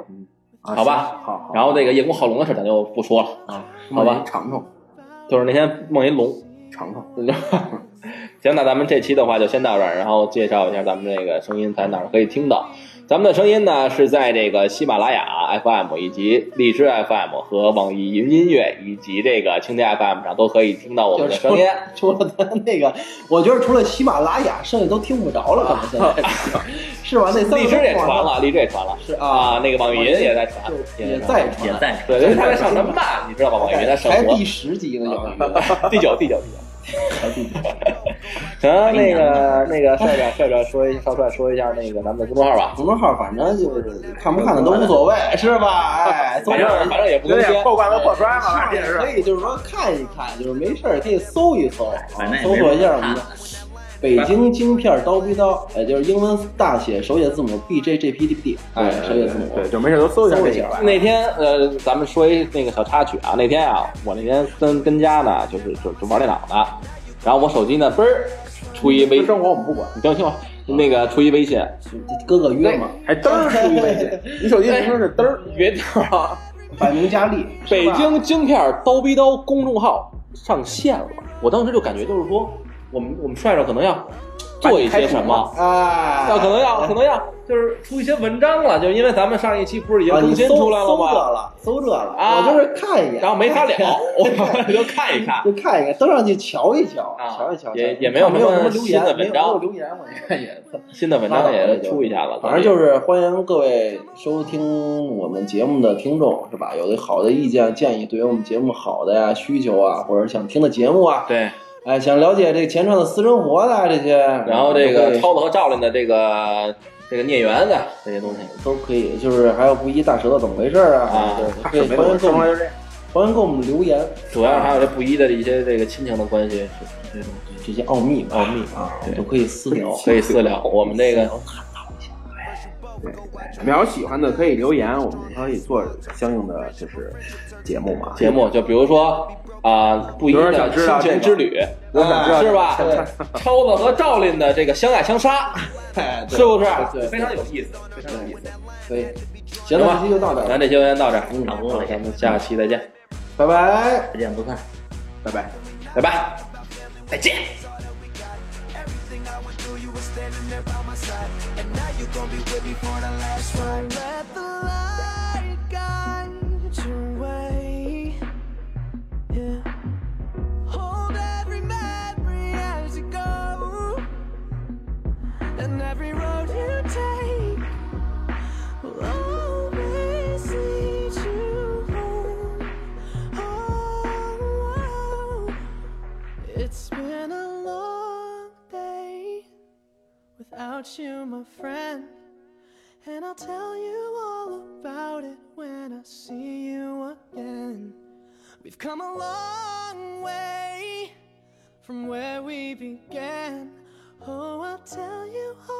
Speaker 1: 好吧
Speaker 5: 行好，好
Speaker 1: 然后这个叶公好龙的事儿咱就不说了啊，好吧
Speaker 5: 尝尝
Speaker 1: 就是那天梦一龙，
Speaker 5: 尝尝，
Speaker 1: 你知道吗 行，那咱们这期的话就先到这儿，然后介绍一下咱们这个声音在哪儿可以听到。咱们的声音呢是在这个喜马拉雅 FM 以及荔枝 FM 和网易云音乐以及这个蜻蜓 FM 上都可以听到我们的声音。
Speaker 2: 除了咱那个，我觉得除了喜马拉雅，剩下都听不着了，可能现在 是吧？那三
Speaker 1: 啊
Speaker 2: 个
Speaker 1: 荔枝也传
Speaker 2: 网
Speaker 1: 了，荔枝也传了
Speaker 2: 是
Speaker 1: 啊
Speaker 2: 啊，，
Speaker 1: 那个网易云也在传，
Speaker 2: 就
Speaker 1: 也
Speaker 2: 也
Speaker 1: 在传
Speaker 2: 在
Speaker 3: 也
Speaker 2: 传，
Speaker 3: 在
Speaker 1: 对，因为他在上什么大，你知道吧？网易云在生
Speaker 2: 才
Speaker 1: 活
Speaker 2: 第十集呢， 有
Speaker 1: 第九第九第九。行，那个那个帅帅帅帅说一下，少帅说一下那个咱们的公众号吧。
Speaker 2: 公众号反正就是看不看的都无所谓，是吧？哎，
Speaker 1: 反正反正也不
Speaker 5: 有
Speaker 1: 更新
Speaker 5: 点，破罐子破摔嘛，反正也
Speaker 1: 啊
Speaker 5: 是
Speaker 2: 可以就是说看一看，就是没事儿可以搜一搜，
Speaker 1: 哎
Speaker 2: 啊
Speaker 3: 反正也
Speaker 2: 搜
Speaker 3: 没
Speaker 2: 索一
Speaker 3: 人
Speaker 2: 下我们的北京京片儿刀逼刀，哎，就是英文大写首写字母 B J G P D D，哎，首写字母。
Speaker 5: 对，就没事都搜一下
Speaker 2: 搜
Speaker 5: 这
Speaker 2: 一下
Speaker 5: 个吧。
Speaker 1: 那天呃，咱们说一那个小插曲啊，那天啊，我那天跟跟家呢，就是就就玩电脑呢，然后我手机呢嘣儿出一微，
Speaker 5: 私
Speaker 1: 你
Speaker 5: 生活我们不管，
Speaker 1: 听我听我，那个出一微信，
Speaker 2: 哥哥约
Speaker 1: 哎
Speaker 2: 嘛，
Speaker 5: 还嘚儿出一微 信，你手机铃声是嘚儿，
Speaker 1: 别地儿啊，
Speaker 2: 百名佳丽，是
Speaker 1: 北
Speaker 2: 吧
Speaker 1: 京京片儿刀逼刀公众号上线了，我当时就感觉就是说，我们我们帅帅可能要做一些什么。
Speaker 2: 哎，
Speaker 1: 要可能要可能要就是出一些文章了，就是因为咱们上一期不是已经
Speaker 2: 啊，
Speaker 1: 更
Speaker 2: 你
Speaker 1: 新
Speaker 2: 搜
Speaker 1: 出来了
Speaker 2: 搜这
Speaker 1: 吗？
Speaker 2: 了，搜这了，
Speaker 1: 啊
Speaker 2: 我就是看一眼，
Speaker 1: 然后没法聊，我就看一看。
Speaker 2: 就看一看，登上去瞧一瞧，
Speaker 1: 啊
Speaker 2: 瞧一瞧，
Speaker 1: 也
Speaker 2: 瞧一瞧
Speaker 1: 也没有
Speaker 2: 没有
Speaker 1: 什么
Speaker 2: 什么留言
Speaker 1: 新的，
Speaker 2: 没
Speaker 1: 文
Speaker 2: 有
Speaker 1: 章
Speaker 2: 没有留言，我也看也。
Speaker 1: 新的文章也出一下了，
Speaker 2: 反正就是欢迎各位收听我们节目的听众，是吧？有的好的意见建议，对于我们节目好的呀、需求啊，或者想听的节目啊，
Speaker 1: 对。
Speaker 2: 哎，想了解这个钱川的私生活的啊这些，然
Speaker 1: 然后这个超子和赵林的这个这个孽缘啊的这些东西，
Speaker 2: 都可以，就是还有不一大舌头怎么回事啊？
Speaker 1: 啊
Speaker 2: 对，可以欢迎给我
Speaker 5: 生活
Speaker 2: 们
Speaker 5: 就这样。
Speaker 2: 欢迎给我们留言
Speaker 1: 主要还有这不一的一些这个亲情的关系，这种
Speaker 2: 这些奥秘吧
Speaker 1: 奥秘
Speaker 2: 啊，我
Speaker 1: 对
Speaker 2: 们都可以私聊。
Speaker 1: 可以私聊。我们这个
Speaker 5: 你们要是喜欢的可以留言，我们可以做相应的就是节目嘛。
Speaker 1: 节目，就比如说啊，不一
Speaker 5: 有人
Speaker 1: 的
Speaker 5: 想
Speaker 1: 亲
Speaker 5: 知道
Speaker 1: 情
Speaker 5: 这个
Speaker 1: 之旅，啊
Speaker 5: 我想知道
Speaker 1: 是吧
Speaker 2: 对？
Speaker 1: 超子和赵林的这个相爱相杀，
Speaker 2: 哎对
Speaker 1: 是不是？
Speaker 2: 对，
Speaker 1: 非常有意思，非常有意思。
Speaker 2: 可以。行了，这期就到这儿
Speaker 1: 咱，这期就先到这儿，
Speaker 2: 嗯
Speaker 3: 差不多了
Speaker 1: 咱们下期再见，
Speaker 2: 拜拜。
Speaker 3: 不见不散。
Speaker 5: 拜拜。
Speaker 1: 拜拜，再见。
Speaker 8: Everything I went through, you were standing there by my side. And now you're gonna be with me for the last ride. Let the light guide your way. Yeah. Hold every memory as you go. And every road you take will always lead you home. oh. oh. It's been a long day without you, my friend. And I'll tell you all about it when I see you again. We've come a long way from where we began. Oh, I'll tell you all.